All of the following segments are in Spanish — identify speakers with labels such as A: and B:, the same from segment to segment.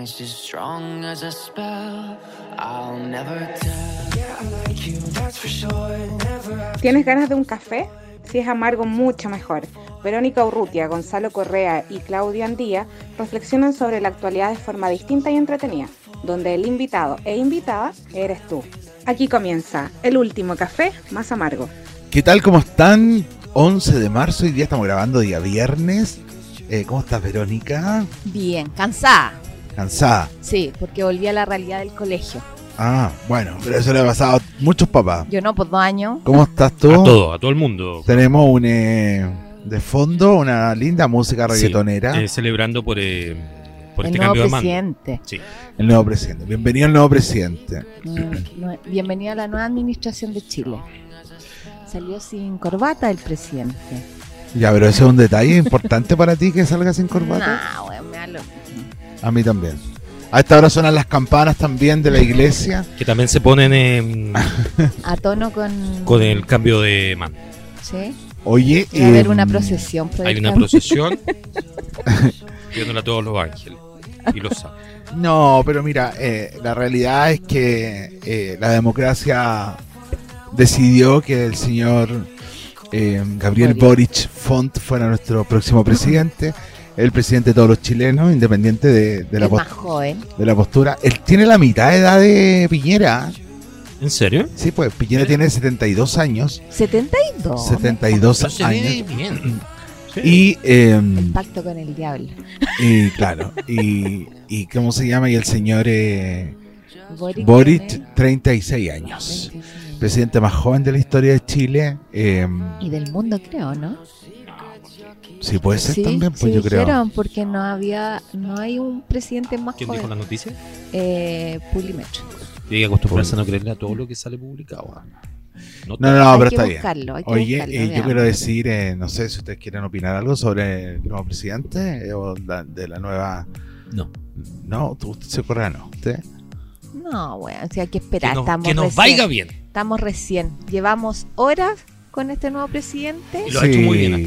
A: it's as strong as a spell. I'll never tell.
B: ¿Tienes ganas de un café? Si es amargo, mucho mejor. Verónica Urrutia, Gonzalo Correa y Claudio Andía reflexionan sobre la actualidad de forma distinta y entretenida, donde el invitado e invitada eres tú. Aquí comienza el último café más amargo.
C: ¿Qué tal? ¿Cómo están? 11 de marzo, hoy día estamos grabando día viernes. Eh, ¿Cómo estás, Verónica?
D: Bien, cansada.
C: Cansada.
D: Sí, porque volví a la realidad del colegio.
C: Ah, bueno, pero eso le ha pasado a muchos papás.
D: Yo no, por dos años.
C: ¿Cómo estás tú?
E: A todo, a todo el mundo.
C: Tenemos un, eh, de fondo una linda música
E: Sí,
C: reggaetonera.
E: eh, celebrando por, eh, por
D: el
E: este
D: nuevo
E: cambio de mando.
D: presidente.
E: Sí.
C: El nuevo presidente. Bienvenido al nuevo presidente.
D: Mm, nue- Bienvenido a la nueva administración de Chile. Salió sin corbata el presidente.
C: Ya, pero ese es un detalle importante para ti que salga sin corbata.
D: Nah, Ah, weón, me da lo-
C: A mí también. A esta hora sonan las campanas también de la iglesia.
E: Que también se ponen em,
D: A tono con.
E: con el cambio de mando.
D: Sí.
C: Oye,
D: Va a haber
C: em,
D: una procesión. por el
E: Hay una
D: campo.
E: procesión viéndola a todos los ángeles y los santos.
C: No, pero mira, eh, la realidad es que eh, la democracia decidió que el señor eh, Gabriel Boric Font fuera nuestro próximo presidente, el presidente de todos los chilenos, independiente de, de la,
D: Es más
C: pos-
D: joven.
C: de la postura. Él tiene la mitad de edad de Piñera. ¿eh?
E: ¿En serio?
C: Sí, pues Piñera tiene 72 años.
D: 72.
C: 72
E: Entonces,
C: años.
E: eh, bien. Sí.
C: Y, em,
D: El pacto con el diablo.
C: y claro, y, y ¿cómo se llama? Y el señor eh,
D: Boric. tiene
C: Boric, Pues- 36 años.
D: 26.
C: presidente más joven de la historia de Chile. eh,
D: Y del mundo, creo, ¿no?
C: sí, puede ser
D: sí,
C: también, pues
D: sí
C: yo creo.
D: dijeron, porque no había, no hay un presidente más
E: ¿Quién dijo
D: joven.
E: las noticias?
D: Eh, Pulimetro.
E: Tiene que acostumbrarse a no creerle a todo lo que sale publicado. ah. No,
C: No, no, no,
D: hay
C: pero
D: que
C: está bien.
D: buscarlo, hay que
C: Oye,
D: buscarlo,
C: eh, yo
D: veamos.
C: quiero decir, eh, no sé si ustedes quieren opinar algo sobre el nuevo presidente eh, o la- de la nueva.
E: No.
C: No, tú- usted se corre, no. Usted-
D: No, bueno, o sea, hay que
E: Que
D: esperar.
E: nos,
D: estamos,
E: que nos
D: recién,
E: vaya bien.
D: estamos recién. Llevamos horas con este nuevo presidente.
E: Y lo ha hecho muy bien
C: Sí.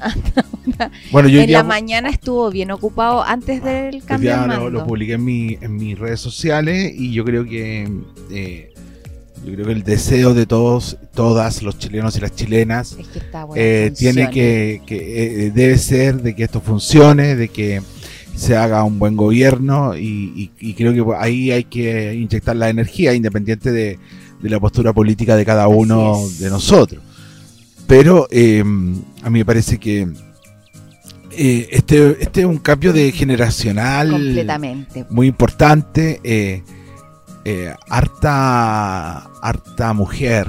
E: hasta ahora.
C: Bueno, yo hoy
D: En
C: día,
D: la mañana estuvo bien ocupado antes del
C: hoy
D: cambio
C: día
D: de
C: pues lo,
D: mando.
C: lo publiqué en, mi, en mis redes sociales y yo creo que. eh, yo creo que el deseo de todos, todas, los chilenos y las chilenas,
D: es que está bueno.
C: eh, tiene que, que, eh, debe ser de que esto funcione, de que se haga un buen gobierno y, y- y creo que ahí hay que inyectar la energía independiente de, de la postura política de cada
D: Así
C: uno
D: es.
C: de nosotros. Pero eh, a mí me parece que eh, este, este es un cambio de generacional
D: Completamente.
C: muy importante. eh, eh, harta, harta mujer.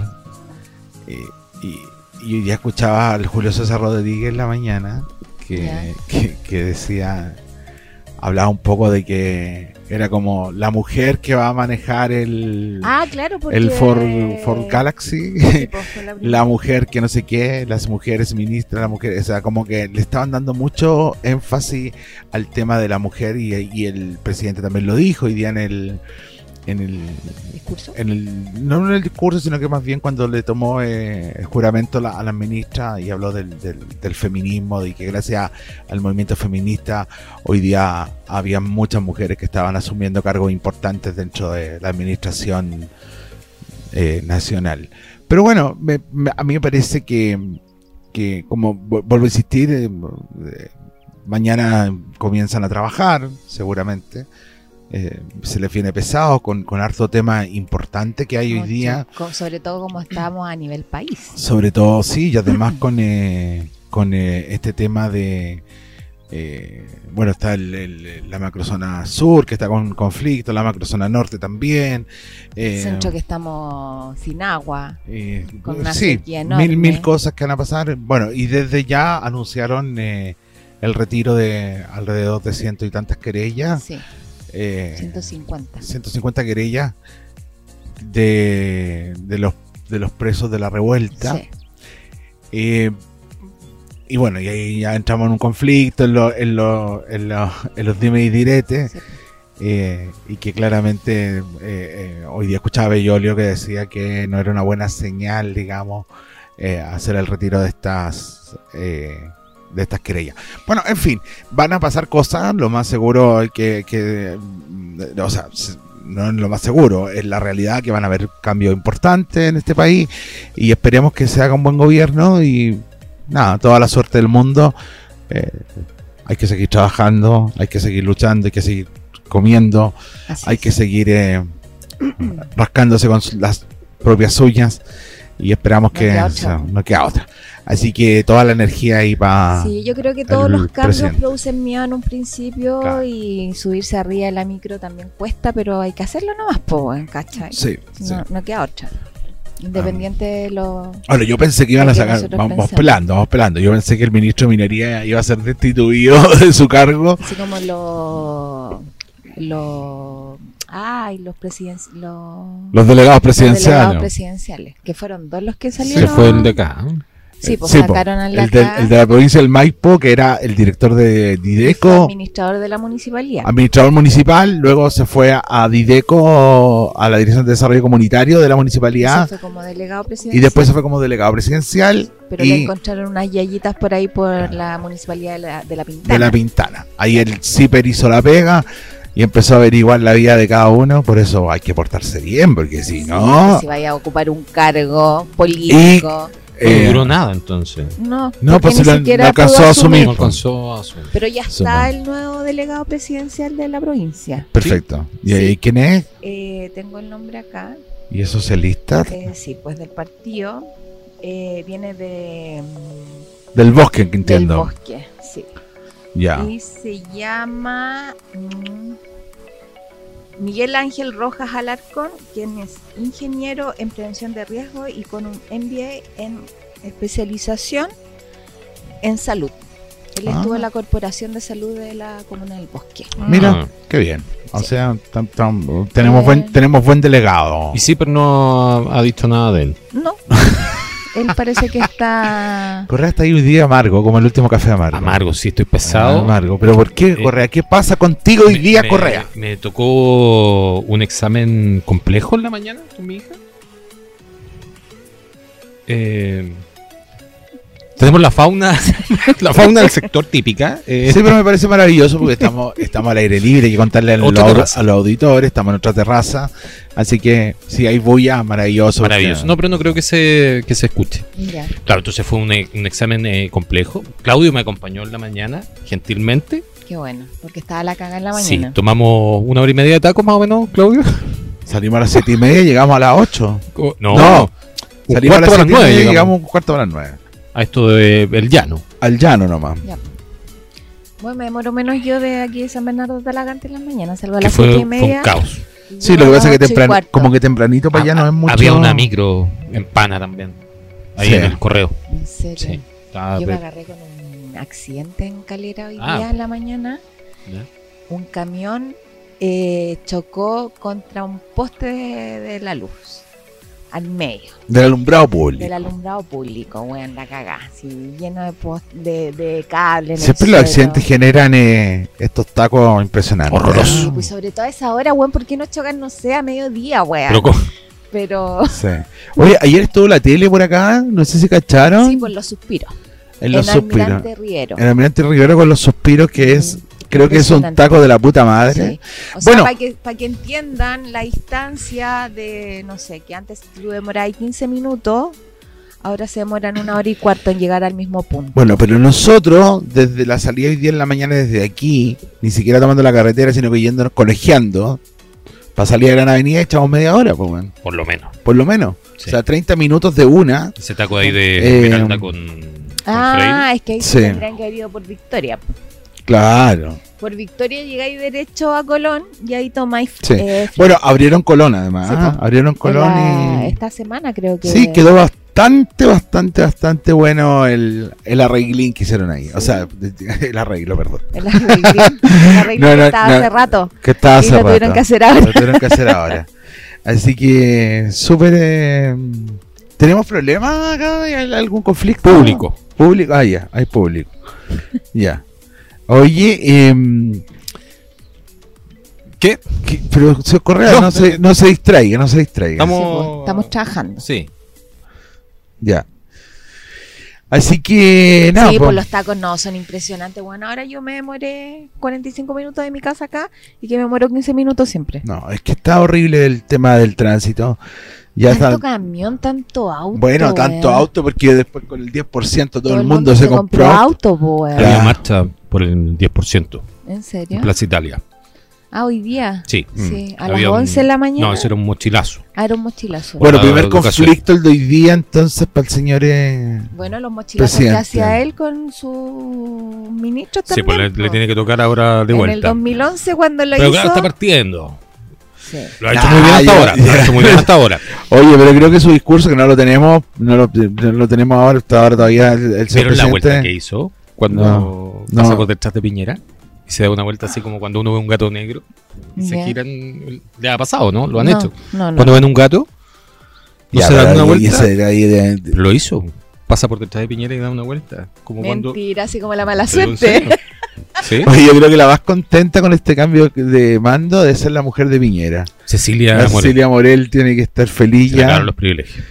C: eh, y, y ya escuchaba al Julio César Rodríguez en la mañana que, que- que decía, hablaba un poco de que era como la mujer que va a manejar el,
D: Ah, claro, porque.
C: el Ford, Ford Galaxy.
D: Sí, pues, fue la primera-
C: La mujer que no sé qué, las mujeres ministras, la mujer, o sea, como que le estaban dando mucho énfasis al tema de la mujer y, y el presidente también lo dijo hoy día en el, en el,
D: pues, discurso.
C: en el, no en el discurso, sino que más bien cuando le tomó eh, el juramento a la, a la ministra y habló del, del- del feminismo y que gracias al movimiento feminista hoy día había muchas mujeres que estaban asumiendo cargos importantes dentro de la administración eh, nacional. Pero bueno, me- me- a mí me parece que, que como vu- vuelvo a insistir, eh, eh, mañana comienzan a trabajar, seguramente. Eh, se les viene pesado con, con harto tema importante que hay hoy
D: Mucho,
C: día.
D: con- sobre todo como estamos a nivel país.
C: Sobre todo, sí, y además con, eh, con eh, este tema de. eh, bueno, está el- el- la macrozona sur, que está con conflicto, la macrozona norte también. eh,
D: Centro que estamos sin agua.
C: eh,
D: Con una
C: sí,
D: sequía enorme.
C: mil, mil cosas que van a pasar. Bueno, y desde ya anunciaron eh, el retiro de alrededor de ciento y tantas querellas.
D: Sí,
C: eh,
D: 150.
C: 150 querellas de, de los, de los presos de la revuelta.
D: Sí.
C: Eh, y bueno, y ahí ya entramos en un conflicto, en, lo- en, lo- en lo- en los dime y diretes.
D: Sí.
C: eh, y que claramente eh, eh, hoy día escuchaba a Bellolio que decía que no era una buena señal, digamos, eh, hacer el retiro de estas eh, de estas querellas. Bueno, en fin, van a pasar cosas, lo más seguro que, que mm, o sea, s- no es lo más seguro, es la realidad que van a haber cambios importantes en este país y esperemos que se haga un buen gobierno y nada, toda la suerte del mundo. Eh, hay que seguir trabajando, hay que seguir luchando, hay que seguir comiendo,
D: Así
C: hay
D: es.
C: que seguir eh, rascándose con su- las propias uñas y esperamos
D: No
C: que
D: queda
C: o
D: otra.
C: sea, no queda otra. Así que toda la energía ahí para...
D: Sí, yo creo que todos
C: el
D: los cambios
C: presente.
D: producen miedo en un principio
C: Claro.
D: y subirse arriba de la micro también cuesta, pero hay que hacerlo nomás, po, weón, ¿cachai?
C: Sí,
D: No,
C: sí.
D: no queda otra. Independiente de lo...
C: Ahora, yo pensé que iban a
D: Lo que
C: sacar.
D: nosotros
C: Vamos,
D: pensamos.
C: pelando, vamos pelando. Yo pensé que el ministro de Minería iba a ser destituido de su cargo.
D: Así como lo... lo ay, los presidenciales... Los,
C: Los delegados
D: delegados
C: presidenciales.
D: presidenciales, que fueron dos los que
E: Se
D: salieron.
E: fue el de acá. ¿eh?
D: Sí, pues
C: Sí, po,
D: sacaron al de
C: el, de,
D: acá,
C: el de la provincia del Maipo, que era el director de
D: fue
C: Dideco,
D: administrador de la municipalidad.
C: administrador municipal. Luego se fue a, a Dideco, a la Dirección de Desarrollo Comunitario de la municipalidad.
D: Se fue como delegado presidencial.
C: Y después se fue como delegado presidencial
D: Pero
C: y-
D: le encontraron unas yayitas por ahí por la municipalidad de la, de la Pintana.
C: de la Pintana. Ahí el CIPER hizo la pega. Y empezó a averiguar la vida de cada uno, por eso hay que portarse bien, porque si
D: Sí,
C: no...
D: que Si vaya a ocupar un cargo político.
E: No
C: eh,
E: duró nada entonces.
D: No,
C: No, pues
D: porque ni
C: si lo-
D: siquiera
C: lo alcanzó
D: pudo
C: a asumir.
E: No alcanzó a su.
D: Pero ya
C: Eso
D: está
C: no.
D: el nuevo delegado presidencial de la provincia.
C: Perfecto. ¿Y
D: Sí.
C: ahí quién es?
D: Eh, tengo el nombre acá.
C: ¿Y es socialista?
D: Eh, sí, pues del partido. Eh, viene de mm,
C: Del bosque, que
D: del
C: entiendo.
D: bosque. Sí.
C: Ya.
D: Y se llama mm, Miguel Ángel Rojas Alarcón, quien es ingeniero en prevención de riesgo y con un MBA en especialización en salud. Él
C: Ah.
D: estuvo en la Corporación de Salud de la Comuna del Bosque.
E: Ah.
C: Mira, qué bien. O
D: Sí.
C: sea, tan- tan- tenemos, buen,
D: Eh.
C: tenemos buen delegado.
E: Y sí, pero no ha dicho nada de él.
D: No, él parece que está...
C: Correa está ahí hoy día amargo, como el último café amargo.
E: Amargo, sí, estoy
C: Ah,
E: pesado.
C: amargo. Pero ¿por qué,
E: Eh.
C: Correa? ¿Qué pasa contigo hoy
E: Me-
C: día,
E: me-
C: Correa?
E: Me tocó un examen complejo en la mañana con mi hija. Eh, tenemos la fauna, la fauna del sector típica. eh,
C: Sí, pero me parece maravilloso porque estamos, estamos al aire libre, hay que contarle a los,
E: Otra terraza.
C: a los auditores, estamos en otra terraza. Así que, sí, hay bulla, maravilloso.
E: maravilloso. No, pero no creo que se, que se escuche.
D: Ya,
E: Claro, entonces fue un, e- un examen eh, complejo. Claudio me acompañó en la mañana, gentilmente.
D: qué bueno, porque estaba la caga en la
E: Sí,
D: mañana.
E: tomamos una hora y media de tacos más o menos, Claudio.
C: Salimos a las siete y media, llegamos a las ocho.
E: Co-
C: No,
E: un
C: Salimos a las
E: cuarto para
C: siete
E: las
C: y media y
E: nueve llegamos
C: llegamos un cuarto para las nueve.
E: a esto de El Llano.
C: Al llano nomás.
D: Bueno, me demoro menos yo de aquí de San Bernardo de Talagante en la mañana, salvo a
E: Que
D: las
E: fue,
D: siete y
E: fue un
D: media.
E: caos.
C: Sí, lo que pasa es que
D: temprano,
C: temprano, como que tempranito
E: pues
C: para allá no es mucho.
E: Ah, Había una micro en pana también. Ahí
C: Sí.
E: en el correo.
D: En serio.
E: Sí. Estaba
D: Yo me
E: pe-
D: agarré con un accidente en Calera hoy
E: Ah.
D: día en la mañana.
E: Ya.
D: Un camión eh, chocó contra un poste de, de la luz al medio
C: Del alumbrado público.
D: del alumbrado público, weón, la cagá, así, lleno de, post- de, de cable. en el
C: Siempre los
D: suelo.
C: accidentes generan eh, estos tacos impresionantes.
E: Horroroso.
D: Sí, pues sobre todo a esa hora, weón, ¿por qué no chocan, no sé, a mediodía, weón?
E: Pero co-
D: Pero,
C: Sí. Oye, ayer estuvo la tele por acá, no sé si cacharon.
D: sí, por los suspiros.
C: en los
D: en
C: suspiros.
D: Almirante Riero.
C: El almirante Rivero con los suspiros que es, creo que es un
D: Impresionante.
C: taco de la puta madre.
D: Sí.
C: ¿eh?
D: O sea,
C: Bueno.
D: para que, pa' que entiendan la distancia de, no sé, que antes tú demorabas ahí 15 minutos, ahora se demoran una hora y cuarto en llegar al mismo punto.
C: Bueno, pero nosotros, desde la salida hoy día en la mañana, desde aquí, ni siquiera tomando la carretera, sino que yéndonos colegiando, para salir a Gran Avenida echamos media hora, pues, weón,
E: por lo menos.
C: por lo menos. O
E: Sí.
C: sea, 30 minutos de una.
E: Ese taco ahí de
C: Eh,
E: Miranda con, con
D: Ah, es que ahí
C: Sí.
D: tendrían que haber ido por Victoria.
C: Claro.
D: Por Victoria llegáis derecho a Colón y ahí tomáis.
C: Sí.
D: eh,
C: Bueno, abrieron Colón además.
D: Sí,
C: ¿ah?
D: pues.
C: Abrieron Colón
D: la-
C: y...
D: Esta semana creo este que.
C: Sí, quedó bastante, bastante, bastante bueno el, el arreglín que hicieron ahí. O sea, el arreglo, perdón.
D: El arreglín- el arreglín
C: No, no,
D: que estaba
C: no.
D: hace rato.
C: Que estaba
D: y lo
C: cerrado.
D: tuvieron que hacer ahora.
C: Lo tuvieron que hacer ahora. Así que, súper... eh, ¿Tenemos problemas acá? ¿Hay algún conflicto?
E: público.
C: Público, ah, ya, hay público. ya. Oye, em,
E: ¿Qué?
C: que- pero se Correa, no,
E: No,
C: se, no se distraiga, no se distraiga.
E: Estamos-
D: Sí, pues, estamos trabajando.
E: Sí.
C: Ya. Así que, nada.
D: sí,
C: po.
D: pues los tacos no son impresionantes. Bueno, ahora yo me demoré 45 minutos de mi casa acá y que me muero 15 minutos siempre.
C: No, es que está horrible el tema del tránsito. Ya
D: tanto
C: está,
D: camión, tanto auto.
C: bueno, tanto
D: weón.
C: auto, porque después con el 10% todo, el mundo, se compró. auto.
D: auto, weón.
C: Claro.
E: Había marcha por el 10%
D: ¿En serio?
E: en Plaza Italia.
D: Ah, hoy día.
E: Sí.
D: Sí,
E: Mm.
D: a las
E: Había un-
D: 11 de la mañana.
E: No, eso era un mochilazo.
D: Ah, era un mochilazo.
C: Bueno,
E: Bueno, la
C: primer
E: educación.
C: conflicto el de hoy día, entonces, para el señor. eh,
D: Bueno, los mochilazos que
C: Presidente.
D: hacía él con su ministro
E: Sí,
D: también.
E: pues le, le
D: po.
E: tiene que tocar ahora de
D: en
E: vuelta.
D: el 2011 cuando lo
E: Pero
D: hizo.
E: claro, está partiendo.
D: Sí.
E: Lo ha hecho
C: Ah,
E: muy bien hasta
C: ya,
E: ahora. Lo ha
C: ya.
E: hecho muy bien hasta ahora.
C: Oye, pero creo que su discurso, que no lo tenemos, no lo, no lo tenemos ahora, hasta ahora todavía el, el señor
E: ¿Vieron la vuelta
C: presidente.
E: que hizo cuando
C: No,
E: pasa
C: no.
E: por detrás de Piñera? Y se da una vuelta así como cuando uno ve un gato negro. Y se
D: Ya.
E: giran. Le ha pasado, ¿no? Lo han
D: No,
E: hecho.
D: No, no.
E: Cuando ven un gato, no
C: Ya,
E: se dan
C: pero
E: una
C: ahí-
E: vuelta.
C: ese- ahí de- de-
E: Lo hizo. Pasa por detrás de Piñera y da una vuelta. Como cuando.
D: Mentira, así como la mala
E: Pero en
D: suerte.
E: serio. Sí.
C: Oye, yo creo que la más contenta con este cambio de mando de ser la mujer de Piñera.
E: Cecilia
C: La
E: Morel.
C: Cecilia Morel tiene que estar feliz
E: Se le
C: ya.
E: acabaron los privilegios.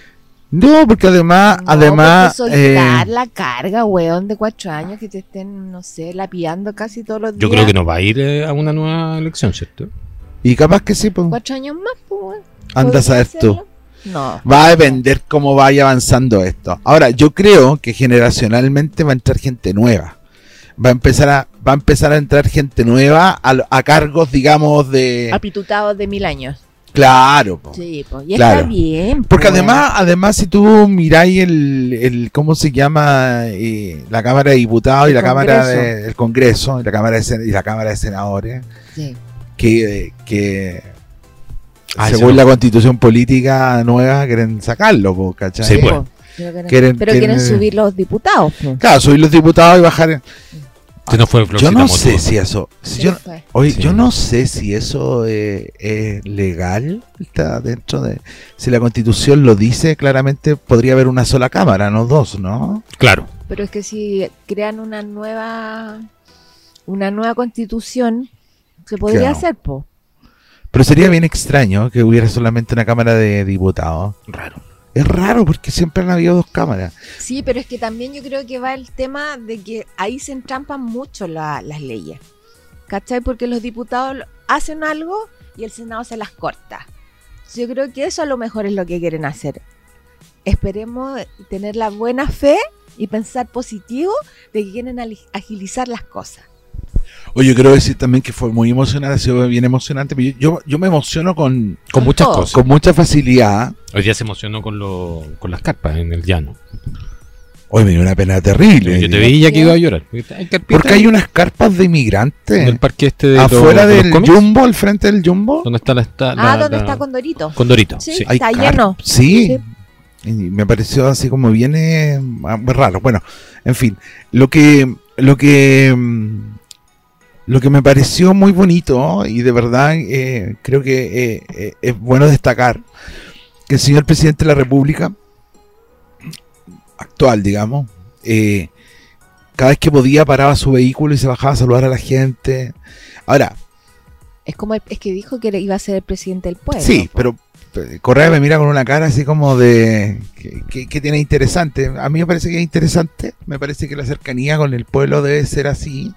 C: No, porque además,
D: No, pues,
C: además,
D: porque
C: eh,
D: soltar la carga, weón, de cuatro años que te estén, no sé, lapiando casi todos los días.
E: Yo creo que no va a ir eh, a una nueva elección, ¿cierto?
C: y capaz que sí, pues,
D: Cuatro años más, pues, weón.
C: andas a ver
D: ¿Podría
C: tú.
D: hacerlo? No.
C: Va a depender cómo vaya avanzando esto. Ahora, yo creo que generacionalmente va a entrar gente nueva. Va a empezar a, va a empezar a entrar gente nueva a, lo- a cargos, digamos, de.
D: Apitutados de mil años.
C: Claro. po.
D: Ah. Sí, pues. Y
C: Claro.
D: está bien.
C: Porque
D: pues.
C: además, además si tú miráis el, el ¿cómo se llama? Eh, la Cámara de Diputados y
D: El
C: la Cámara
D: Congreso.
C: del Congreso y la Cámara de, Sen- y la Cámara de Senadores,
D: Sí.
C: que, que
E: Ah, ese
C: según
E: no.
C: la constitución política nueva quieren sacarlo, po, ¿cachai?
E: Sí, pues.
D: po. Pero quieren,
C: Quieren-
D: pero quieren
C: quieren-
D: subir los diputados. pues. po.
C: Claro, subir los diputados y bajar.
E: Que no fue
C: Yo
E: Florcita
C: no
E: Motu.
C: sé si eso. si
D: Sí,
C: yo,
D: pues.
C: oye,
E: Sí.
C: yo no sé si eso eh, es legal. Está dentro de. Si la constitución lo dice, claramente podría haber una sola cámara, no dos, ¿no?
E: Claro.
D: Pero es que si crean una nueva una nueva constitución, se podría
C: Claro.
D: hacer, pues. po.
C: Pero sería bien extraño que hubiera solamente una cámara de diputados.
E: Raro.
C: Es raro porque siempre han habido dos cámaras.
D: Sí, pero es que también yo creo que va el tema de que ahí se entrampan mucho la- las leyes. ¿Cachai? Porque los diputados lo- hacen algo y el Senado se las corta. Yo creo que eso a lo mejor es lo que quieren hacer. Esperemos tener la buena fe y pensar positivo de que quieren ali- agilizar las cosas.
C: Oye, yo quiero decir también que fue muy emocionante, ha sido bien emocionante. pero Yo, yo, yo me emociono con,
E: Con muchas
D: todo.
E: cosas.
C: con mucha facilidad.
E: Hoy día se emocionó con, lo, con las carpas en el llano.
C: Hoy me dio una pena terrible.
E: Yo te veía que iba a llorar.
C: Porque hay unas carpas de inmigrantes.
E: En el parque este de
C: afuera
E: los- de los
C: del
E: cómics,
C: Jumbo, al frente del Jumbo.
E: ¿Dónde está la. Está, la-
D: ah, ¿dónde
E: la-
D: está Condorito?
E: Condorito?
D: Sí.
E: sí.
C: Hay
D: Está
C: car-
D: lleno.
C: ah, Sí. Y me pareció así como viene ah, muy raro. Bueno, en fin, lo que lo que mm, lo que me pareció muy bonito y de verdad eh, creo que eh, eh, es bueno destacar que el señor presidente de la República actual, digamos, eh, cada vez que podía paraba su vehículo y se bajaba a saludar a la gente. Ahora,
D: Es como el- es que dijo que iba a ser el presidente del pueblo.
C: Sí,
D: po.
C: pero eh, Correa me mira con una cara así como de que, que- que tiene interesante. A mí me parece que es interesante. Me parece que la cercanía con el pueblo debe ser así.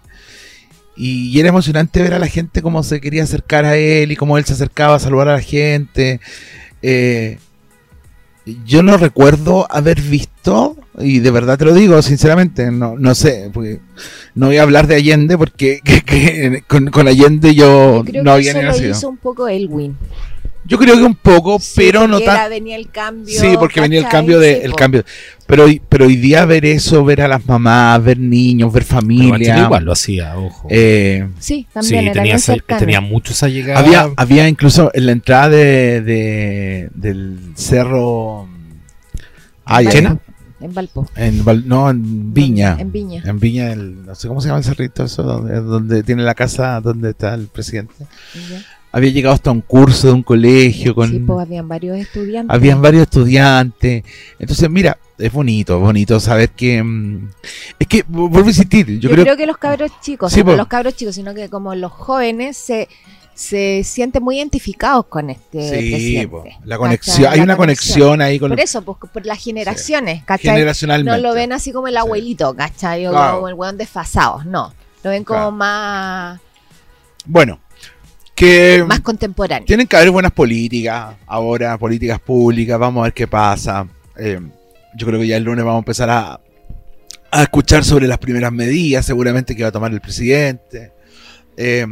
C: Y, y era emocionante ver a la gente cómo se quería acercar a él y cómo él se acercaba a saludar a la gente. Eh, yo no recuerdo haber visto, y de verdad te lo digo, sinceramente, no, no sé, porque no voy a hablar de Allende porque que- que con, con Allende yo,
D: Yo creo
C: no había
D: que eso
C: ni
D: lo
C: nacido.
D: hizo un poco Elwin.
C: Yo creo que un poco,
D: Sí,
C: pero no
D: porque
C: tan
D: era- venía el cambio.
C: Sí, porque venía el
D: ¿cachai?
C: cambio de
D: Sí,
C: el
D: po.
C: cambio. Pero hoy- pero hoy día ver eso, ver a las mamás, ver niños, ver
E: Pero Bachelet
C: familia.
E: igual lo hacía, ojo.
C: eh,
D: Sí,
E: sí,
D: también era
E: tenía,
D: bien
E: esa-
D: cercano.
E: tenía muchos allegados.
C: había había incluso en la entrada de, de- del cerro Ay,
D: Valpo, pues, En Valpo.
C: en Val- no en Viña.
D: En Viña.
C: En Viña, el- no sé cómo se llama el cerrito, eso donde, donde tiene la casa donde está el presidente.
D: ya.
C: Había llegado hasta un curso de un colegio con
D: Sí, pues habían varios estudiantes.
C: Habían varios estudiantes. Entonces, mira, es bonito, bonito saber que. mm, Es que, vu- vuelvo a insistir, yo, creo,
D: que los cabros chicos,
C: Sí, pues.
D: o sea, no
C: po.
D: los cabros chicos, sino que como los jóvenes se se sienten muy identificados con este
C: Sí,
D: presidente,
C: po. la
D: ¿cachai?
C: conexión, hay
D: La
C: una conexión ahí con
D: Por
C: lo-
D: eso, pues, por las generaciones, ¿cachai?
C: generacionalmente.
D: No lo ven así como el abuelito, ¿cachai? O
C: Claro.
D: como el weón desfasado, no. Lo ven como
C: Claro.
D: más,
C: Bueno, que
D: más contemporáneo.
C: tienen que haber buenas políticas ahora, políticas públicas, vamos a ver qué pasa. Eh, yo creo que ya el lunes vamos a empezar a, a escuchar sobre las primeras medidas, seguramente que va a tomar el presidente. Eh,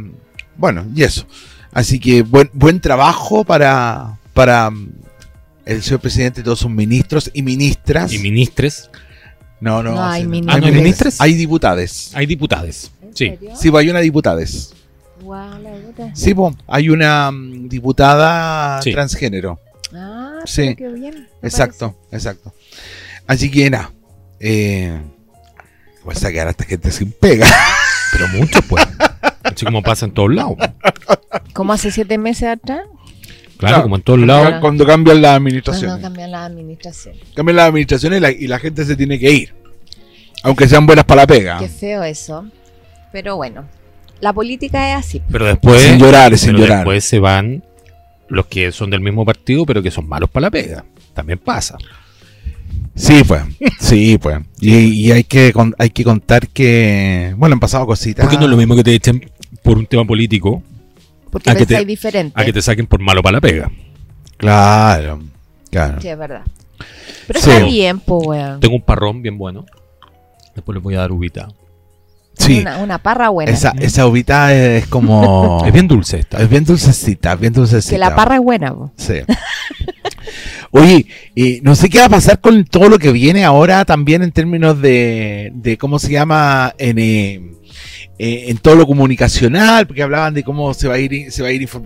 C: bueno, y eso. Así que buen, buen trabajo para, para mm, el señor presidente y todos sus ministros y ministras.
E: Y ministres.
C: no, no,
D: No hay
C: sí,
D: ministros.
E: Ah, ¿no hay ministres?
C: Hay diputades.
E: Hay diputades.
D: ¿En
E: Sí.
D: serio?
C: Sí, pues, hay una diputades.
D: Guau, la puta.
C: Sí, po, hay una mm, diputada
E: Sí.
C: transgénero.
D: Ah,
C: Sí.
D: pero qué bien. me
C: Exacto, exacto. Así que nada. Eh, voy a sacar a esta gente sin pega.
E: Pero mucho, pues. Así como pasa en todos lados. pues.
D: parece. Como hace siete meses atrás,
E: Claro, como en todos lados.
C: Cuando cambian las
D: cuando
C: administraciones.
D: cambian la administración.
C: cambian las administraciones y la, y la gente se tiene que ir. Aunque sean buenas para la pega.
D: Qué feo eso. Pero bueno, la política es así.
E: Pero después.
C: sin llorar, sin
E: Pues, pero
C: llorar.
E: después se van los que son del mismo partido, pero que son malos para la pega. También pasa.
C: Sí, pues. Sí, pues. Y, y hay, que, con- hay que contar que. Bueno, han pasado cositas.
E: Porque no es lo mismo que te echen por un tema político
D: Porque
E: A que te-
D: pensáis diferente.
E: a que te saquen por malo para la pega.
C: Claro, claro.
D: Sí, es verdad. Pero
C: Sí.
D: está bien, po, weón.
E: Tengo un parrón bien bueno. Después les voy a dar ubita.
C: Sí.
D: Una, una parra buena.
C: Esa, esa uvita es como.
E: Es bien dulce esta.
C: Es bien dulcecita, bien dulcecita.
D: que la parra es buena, po.
C: Sí. Oye, eh, no sé qué va a pasar con todo lo que viene ahora también en términos de, de cómo se llama en, eh, eh, en todo lo comunicacional, porque hablaban de cómo se va a ir, se va a ir inform-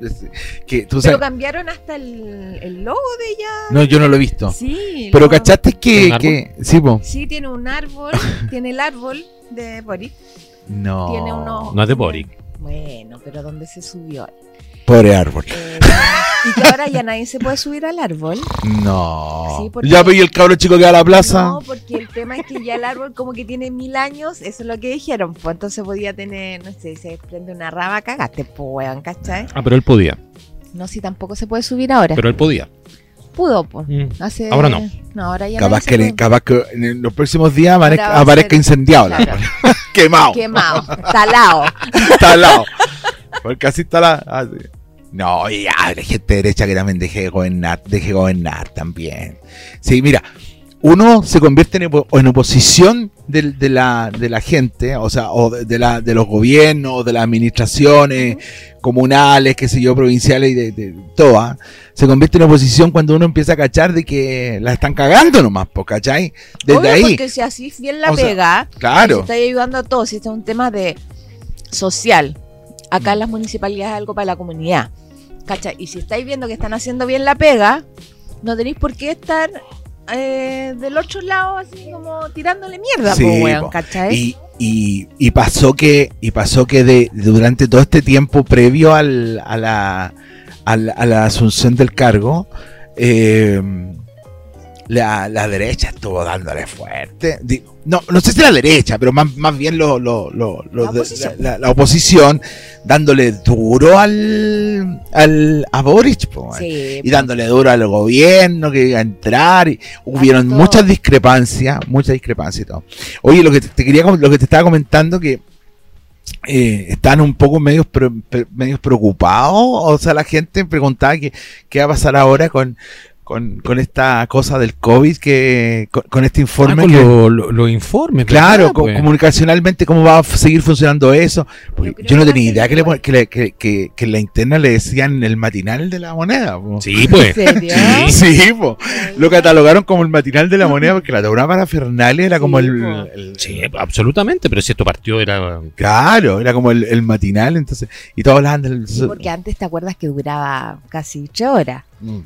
C: que tú
D: Pero
C: sabes,
D: cambiaron hasta el, el logo de ella.
C: no, yo no lo he visto.
D: Sí.
C: Pero
D: lo-
C: cachaste que,
E: ¿Un árbol?
C: que sí, po.
D: Sí, tiene un árbol, tiene el árbol de Boric.
C: No.
D: Tiene uno.
E: No es de Boric.
D: Bueno, pero ¿dónde se subió?
C: Pobre árbol.
D: Eh, y que ahora ya nadie se puede subir al árbol.
C: No.
D: Sí, porque-
C: ya veía el cabro chico que va a la plaza.
D: No, porque el tema es que ya el árbol como que tiene mil años, eso es lo que dijeron. Pues entonces podía tener, no sé, se prende una raba, cagaste, pues weón, ¿cachai?
E: Ah, pero él podía.
D: No, si tampoco se puede subir ahora.
E: Pero él podía.
D: Pudo, pues.
E: Mm.
D: Hace-
E: Ahora no.
D: No, ahora ya
C: Capaz
D: nadie se
C: que, le-
D: puede.
C: capaz que en los próximos días aparezca,
D: Ahora va a
C: aparezca
D: ser-
C: incendiado el
D: Claro.
C: árbol. Quemado.
D: Quemado, talado.
C: está al lado. Porque así está la. ah, sí. No, y ya, la gente derecha que también deje de gobernar, deje de gobernar también. Sí, mira, uno se convierte en, opo- en oposición del- de, la, de la gente, o sea, o de, de la, de los gobiernos, de las administraciones comunales, qué sé yo, provinciales y de, de todas. Se convierte en oposición cuando uno empieza a cachar de que la están cagando nomás, po, ¿cachai? Desde
D: Obvio,
C: ahí,
D: Porque si así es bien la
C: O sea,
D: pega,
C: claro.
D: está ayudando a todos. Este es un tema de social. Acá en las municipalidades es algo para la comunidad. ¿Cachai? Y si estáis viendo que están haciendo bien la pega, no tenéis por qué estar eh, del otro lado así como tirándole mierda,
C: Sí,
D: po, weón,
C: po.
D: ¿cachai?
C: Y, y, y pasó que, y pasó que de, durante todo este tiempo previo al, a, la, al- a la asunción del cargo, eh, la, la derecha estuvo dándole fuerte. Di- No, no sé si la derecha, pero más, más bien lo- lo- lo- lo
D: La
C: de-
D: oposición.
C: la- la oposición dándole duro al, al a Boric. po, weón
D: Sí,
C: y dándole duro al gobierno que iba a entrar. Y hubieron
D: todo.
C: muchas discrepancias, muchas discrepancias y todo. Oye, lo que te, te quería, com- lo que te estaba comentando que eh, están un poco medios, pre- pre- medios preocupados. O sea, la gente preguntaba que, qué va a pasar ahora con, con, con esta cosa del COVID, que, con, con este
E: Ah,
C: informe
E: con
C: que-
E: lo- lo- los informes.
C: Claro,
E: ¿verdad,
C: co-
E: pues?
C: comunicacionalmente, ¿cómo va a f- seguir funcionando eso? Porque
D: Yo
C: yo,
D: creo
C: no
D: que va a
C: tenía
D: ser
C: idea que, le,
D: igual.
C: pon- que, le- que, que- que en la interna le decían el matinal de la moneda. po.
E: Sí,
D: ¿En
E: pues.
D: serio?
E: Sí.
C: Sí, po. lo catalogaron como el matinal de la moneda porque la para parafernalia era como
D: Sí,
C: el,
D: po.
C: el-
E: Sí, absolutamente. Pero si esto partió era.
C: Claro, era como el, el matinal, entonces. Y todos hablaban del.
D: Sí, porque antes te acuerdas que duraba casi tres horas.
C: Mm.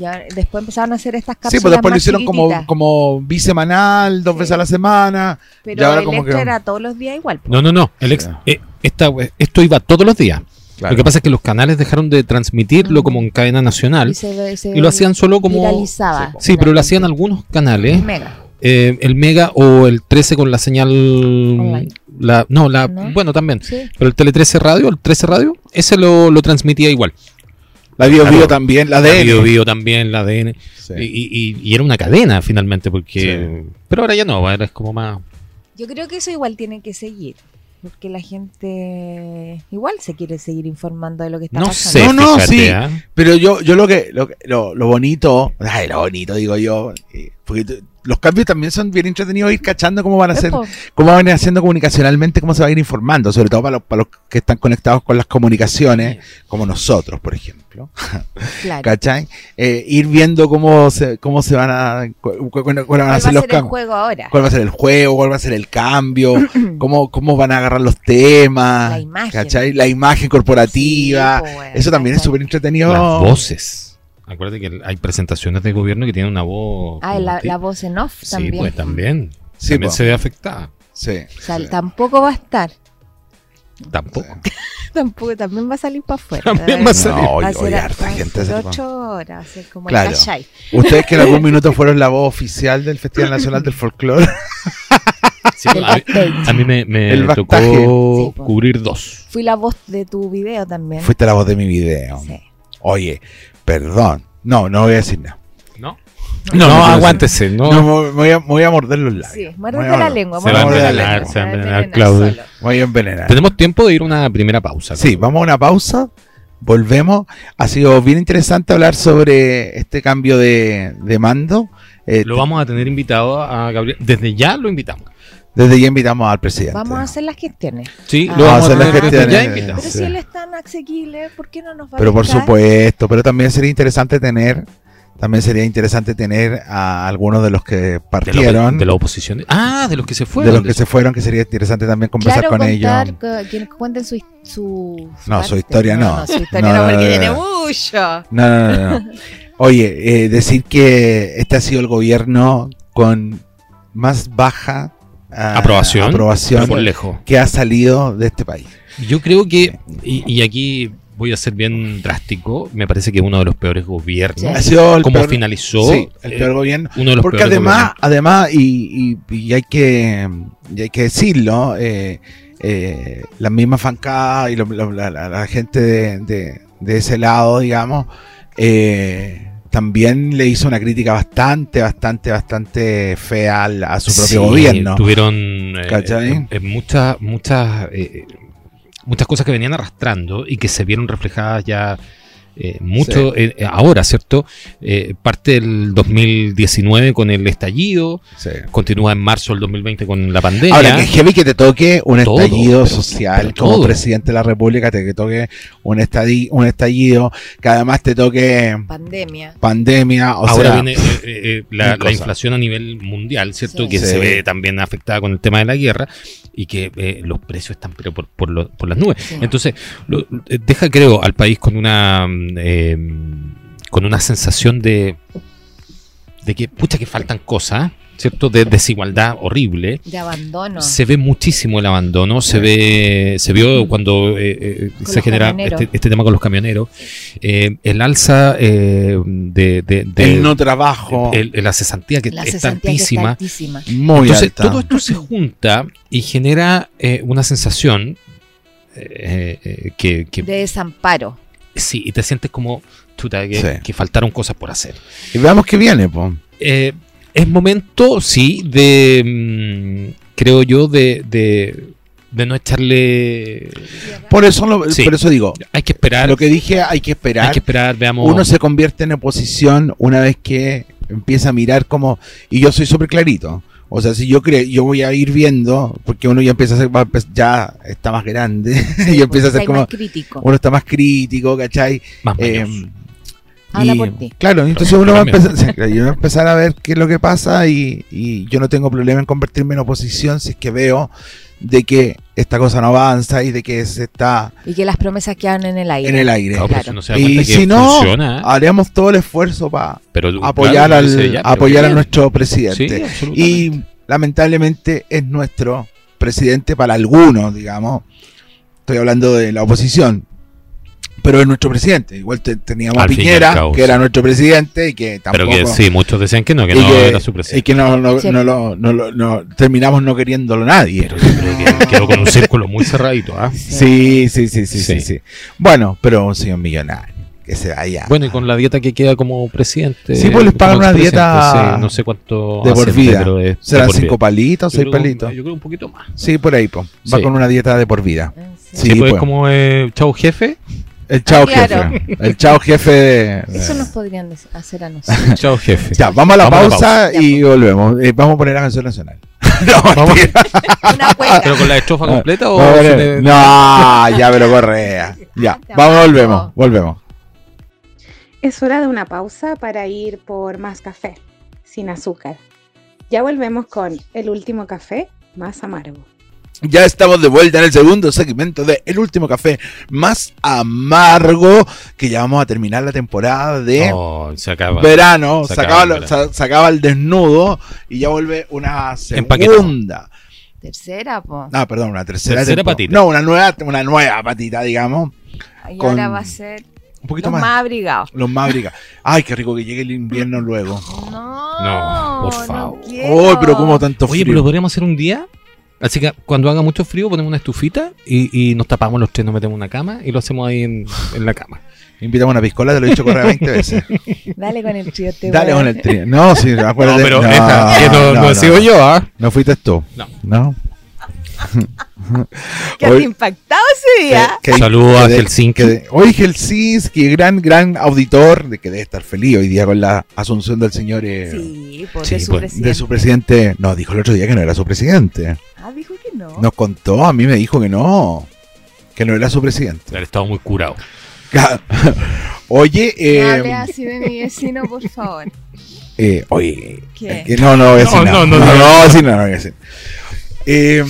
D: Y ahora- después empezaron a hacer estas cápsulas
C: Sí, pues después lo
D: más
C: hicieron como,
D: chiquititas.
C: como bisemanal, dos
D: Sí.
C: veces a la semana. y
D: Pero
C: ahora
D: el
C: como
D: extra
C: que-
D: era todos los días igual. po.
E: No, no, no. El ex-
C: Sí.
E: eh, esta, esto iba todos los días.
C: Claro.
E: Lo que pasa es que los canales dejaron de transmitirlo
D: Mm.
E: como en cadena nacional.
D: Y, se- se
E: y lo hacían solo como.
D: viralizaba.
E: Sí, pero lo hacían algunos canales.
D: Mega.
E: eh, el Mega o el 13 con la señal
D: Online.
E: La, no, la,
D: ¿No?
E: bueno, también.
D: Sí.
E: Pero el Tele 13 Radio, el 13 Radio, ese lo, lo transmitía igual.
C: La Bio
E: Claro.
C: Bio también, la de
E: La Bio Bio también, la ADN.
C: Sí.
E: Y, y- y- y era una cadena finalmente, porque. Pero ahora ya no, ahora es como más.
D: Yo creo que eso igual tiene que seguir. Porque la gente igual se quiere seguir informando de lo que está
E: No
D: pasando.
E: sé,
C: No, no,
E: fíjate,
C: sí.
E: ¿ah?
C: Pero yo, yo lo que, lo, que- lo, lo bonito, ay, lo bonito digo yo, eh, porque t- los cambios también son bien entretenidos ir cachando cómo van a ser,
D: Epo,
C: cómo van a ir haciendo comunicacionalmente, cómo se va a ir informando, sobre todo para los, para los que están conectados con las comunicaciones, como nosotros, por ejemplo.
D: claro.
C: ¿Cachai? Eh, ir viendo cómo se, cómo se van a, cu- cu- cuáles van a
D: ¿Cuál va a
C: ser los
D: ser el
C: cambios.
D: juego ahora?
C: ¿Cuál va a ser el juego? ¿Cuál va a ser el cambio? ¿Cómo, cómo van a agarrar los temas?
D: La imagen.
C: ¿Cachai? La imagen corporativa.
D: Sí, po, weón,
C: Eso también es
D: ¿cachai?
C: súper entretenido.
E: Las voces. Acuérdate que hay presentaciones de gobierno que tienen una voz.
D: Ah,
E: como
D: la,
E: ti-
D: la voz en off
E: Sí,
D: también.
E: pues también.
C: Sí, pues.
E: también
C: po.
E: se ve afectada.
C: Sí.
D: O sea,
C: sí.
D: tampoco va a estar.
E: Tampoco.
D: Tampoco, también va a salir para afuera.
E: También va a
D: ser
E: salir.
C: No,
D: va
C: hoy,
D: a
C: hoy
D: ser
C: harta gente. se toma.
D: ocho horas, va a ser como
C: Claro.
D: el cachai.
C: Ustedes que en algún minuto fueron la voz oficial del Festival Nacional del Folclore.
E: Sí,
D: El
E: a, mí-
D: backstage.
E: a mí me, me
C: El
E: tocó
C: backtaje.
D: Sí, pues. po.
E: cubrir dos.
D: Fui la voz de tu video también.
C: Fuiste la voz de mi video.
D: ¿Eh? Sí.
C: Oye, perdón. No, no voy a decir nada.
E: ¿No?
C: No,
E: No,
C: no,
E: aguántese. No,
C: No, me, voy a, me voy a morder los labios.
D: Sí,
C: Me voy
D: muérdete
C: a
D: la
C: morder.
D: lengua.
E: Se
C: va a
D: muérdete la
C: envenenar,
D: lengua,
E: se va a
D: te
E: envenenar,
D: envenenas
E: Claudio.
D: solo.
C: Me Voy a envenenar.
E: Tenemos tiempo de ir a una primera pausa.
C: Sí, vamos a una pausa. Volvemos. Ha sido bien interesante hablar sobre este cambio de, de mando. Eh,
E: Lo vamos a tener invitado a Gabriel. Desde ya lo invitamos.
C: Desde ya invitamos al presidente.
D: Vamos a hacer las gestiones.
E: Sí,
D: Ah.
E: lo
D: Vamos
E: vamos
D: a
E: a
D: hacer
E: tener
D: las
E: desde ya
C: gestiones.
E: invitado.
D: Pero
C: Sí.
D: si él es tan asequible, ¿por qué no nos va a
C: Pero por
D: invitar?
C: supuesto, pero también sería interesante tener, también sería interesante tener a algunos de los que
E: De, la opo-
C: partieron,
E: de
C: de,
E: la oposición. Ah, de los que se fueron.
C: los que se fueron, que sería interesante también conversar
D: Claro,
C: con
D: contar,
C: ellos.
D: co- que nos cuenten su, su,
C: No, su historia no.
D: su
C: No,
D: historia no,
C: no,
D: porque
C: no,
D: tiene
C: no.
D: mucho.
C: No, no, no, no. Oye, eh, decir que este ha sido el gobierno con más baja ah,
E: Aprobación.
C: aprobación
E: por lejos.
C: que ha salido de este país.
E: Yo creo que, y, y aquí voy a ser bien drástico, me parece que uno de los peores
C: Ha
E: gobiernos,
C: sido el
E: como
C: peor-
E: finalizó,
C: sí, el
E: eh,
C: peor gobierno.
E: uno de los
C: Porque
E: peores
C: además, además y, y- y hay que y hay que decirlo, eh, eh, las mismas fancadas y lo- lo- la, la- la gente de, de- de ese lado, digamos, eh, también le hizo una crítica bastante, bastante, bastante fea al- a su propio
E: Sí,
C: gobierno.
E: Tuvieron eh,
C: ¿Cachai?
E: eh, eh, muchas, muchas, eh, muchas cosas que venían arrastrando y que se vieron reflejadas ya eh, mucho eh, eh, ahora, ¿cierto? Eh, parte del 2019 con el estallido,
C: Sí.
E: continúa en marzo del 2020 con la pandemia.
C: Ahora, que es heavy que te toque un
E: Todo,
C: estallido
E: pero-
C: social
E: pero
C: como
E: todo.
C: presidente de la República, te que toque un, estadi- un estallido, que además te toque
D: Pandemia.
C: pandemia. O
E: Ahora
C: sea,
E: viene eh, eh, eh, la,
C: mil
E: la
C: cosas.
E: inflación a nivel mundial, ¿cierto?
D: Sí.
E: Que
C: Sí.
E: se ve también afectada con el tema de la guerra y que eh, los precios están pero por, por, lo- por las nubes.
D: Sí.
E: Entonces, lo- eh, deja, creo, al país con una mm, eh, con una sensación de, de que, pucha, que faltan cosas, ¿cierto? De desigualdad horrible.
D: De abandono.
E: Se ve muchísimo el abandono, se ve, se vio cuando eh, eh,
D: Con
E: se
D: los
E: genera
D: camioneros.
E: este, este tema con los camioneros, Eh, el alza eh, de, de- de-
C: el no trabajo.
E: el- el- la cesantía que
D: la
E: es
D: cesantía que está
E: tantísima.
D: altísima.
C: Muy
E: Entonces,
C: alta.
E: todo esto se junta y genera eh, una sensación eh, eh, que, que-
D: De desamparo.
E: sí, y te sientes como chuta, que,
C: Sí.
E: que faltaron cosas por hacer.
C: Y veamos qué viene, po.
E: Eh, es momento, sí, de mm, creo yo, de, de, de no echarle.
C: Por eso, lo-
E: Sí.
C: por eso digo,
E: Hay que esperar.
C: lo que dije, hay que
E: hay
C: esperar.
E: que esperar, veamos.
C: Uno se convierte en oposición una vez que empieza a mirar como... Y yo soy súper clarito. O sea, si yo creo, yo voy a ir viendo, porque uno ya empieza a ser, va a empe- ya está más grande, y empieza a ser
D: Porque
C: como,
D: pues, más crítico.
C: uno está más crítico, ¿cachai?
E: más
C: Eh,
E: mañoso.
D: Habla por ti.
C: Claro, entonces
E: Pero-
C: uno
E: pero
C: va a
E: también.
C: empezar, claro, yo voy a empezar a ver qué es lo que pasa y, y yo no tengo problema en convertirme en oposición si es que veo de que esta cosa no avanza y de que se está
D: Y que las promesas quedan en el aire.
C: en el aire.
E: No, pero si
D: claro.
E: uno se da
C: Y
E: cuenta que
C: si no,
E: funciona,
C: Haremos todo el esfuerzo para
E: pero
C: apoyar
E: claro,
C: al
E: uno dice, ya, pero
C: apoyar a
E: bien.
C: nuestro
E: Sí,
C: presidente.
E: absolutamente.
C: y lamentablemente es nuestro presidente para algunos, digamos. Estoy hablando de la oposición. pero es nuestro presidente. Igual te- teníamos a
E: Al fin y al
C: Piñera,
E: cabo,
C: que era nuestro presidente y que
E: Pero
C: tampoco.
E: que sí, muchos decían que no, que
C: y
E: no
C: que-
E: era su
C: y
E: presidente.
C: que no, no-
D: Sí.
C: no lo- no lo- no- terminamos no queriéndolo nadie.
E: Pero yo creo que quedó con un círculo muy cerradito. ¿ah?
C: Sí, sí, sí, sí, sí,
E: Sí.
C: sí. Bueno, pero un señor millonario. Que se vaya.
E: Bueno, y con la dieta que queda como presidente.
C: Ah. Sí, pues les
E: como
C: pagan una
E: expresidente,
C: dieta
E: sí, no sé cuánto.
C: de por
E: hacen,
C: vida.
E: pero es de
C: Serán
E: por vida.
C: cinco palitos,
E: Yo
C: seis
E: creo-
C: palitos.
E: Yo creo un poquito más.
C: Sí, por ahí, po. Va
E: Sí.
C: con una dieta de por vida.
D: Ah,
C: Sí,
E: Sí, pues
C: pues.
E: como eh, chau jefe.
C: El chao
D: Claro.
C: jefe. El chao jefe de-
F: Eso nos podrían des- hacer a nosotros.
E: Chau jefe.
C: Ya, vamos a la,
E: Vamos a la
C: pausa,
F: pausa.
C: y volvemos. Eh, vamos a poner la canción nacional. no,
E: Vamos.
C: mentira.
D: Una cueca.
E: ¿Pero con la estrofa completa o
C: Vamos Ah, a
E: sin-
C: poner-
E: eh,
C: No, ya me lo correa. Ya, vamos, volvemos, volvemos.
B: Es hora de una pausa para ir por más café, sin azúcar. Ya volvemos con el último café más amargo.
C: Ya estamos de vuelta en el segundo segmento de El Último Café Más Amargo, que ya vamos a terminar la temporada de
E: No, se acaba.
C: verano.
E: Oh, Se
C: Se
E: acaba
C: acaba,
E: el
C: lo-
E: verano.
C: se- se acaba el desnudo y ya vuelve una
E: Empaquetado.
C: segunda.
F: Tercera, po.
C: Ah, perdón, una tercera,
E: Tercera
C: tempo-
E: patita.
C: No, una nueva, una nueva patita, digamos.
F: Y
C: Con-
F: ahora va a ser
C: Un poquito
F: los
C: más.
F: más, abrigados.
C: Los Mavericks. Ay, qué rico que llegue el invierno luego.
F: No,
E: No, por favor.
F: quiero.
C: Uy, Oh, pero como tanto
E: Oye,
C: frío.
E: pero lo podríamos hacer un día. Así que cuando haga mucho frío ponemos una estufita y, y nos tapamos los tres, nos metemos en una cama y lo hacemos ahí en, en la cama.
C: Invitamos una piscola, te lo he dicho correr 20 veces.
F: Dale con el trío, te
C: Dale
F: voy a-
C: con el trío. No, sí, acuérdate.
E: yo, ¿ah?
C: No fuiste tú.
E: No.
C: No.
F: Quedaste impactado ese día.
C: Que- que-
E: Saludos
C: que
E: a
C: de-
E: Helsinki.
C: que de- Oye, Helsinki, gran, gran auditor, de que debe estar feliz hoy día con la asunción del señor. eh,
F: Sí, po,
E: Sí,
F: de su
E: pues,
F: presidente.
C: De su presidente, no, dijo el otro día que no era su presidente.
F: Ah, dijo que no.
C: Nos contó, a mí me dijo que no, que no era su presidente.
E: Él estaba muy curado.
C: Claro. Oye,
F: No
C: eh,
F: hables así de mi vecino, por favor.
C: eh, oye,
F: ¿Qué?
C: eh, no, no, voy a decir
E: No,
C: nada.
E: no, no,
C: no,
E: no.
C: no, voy a decir nada, no voy a decir. Eh,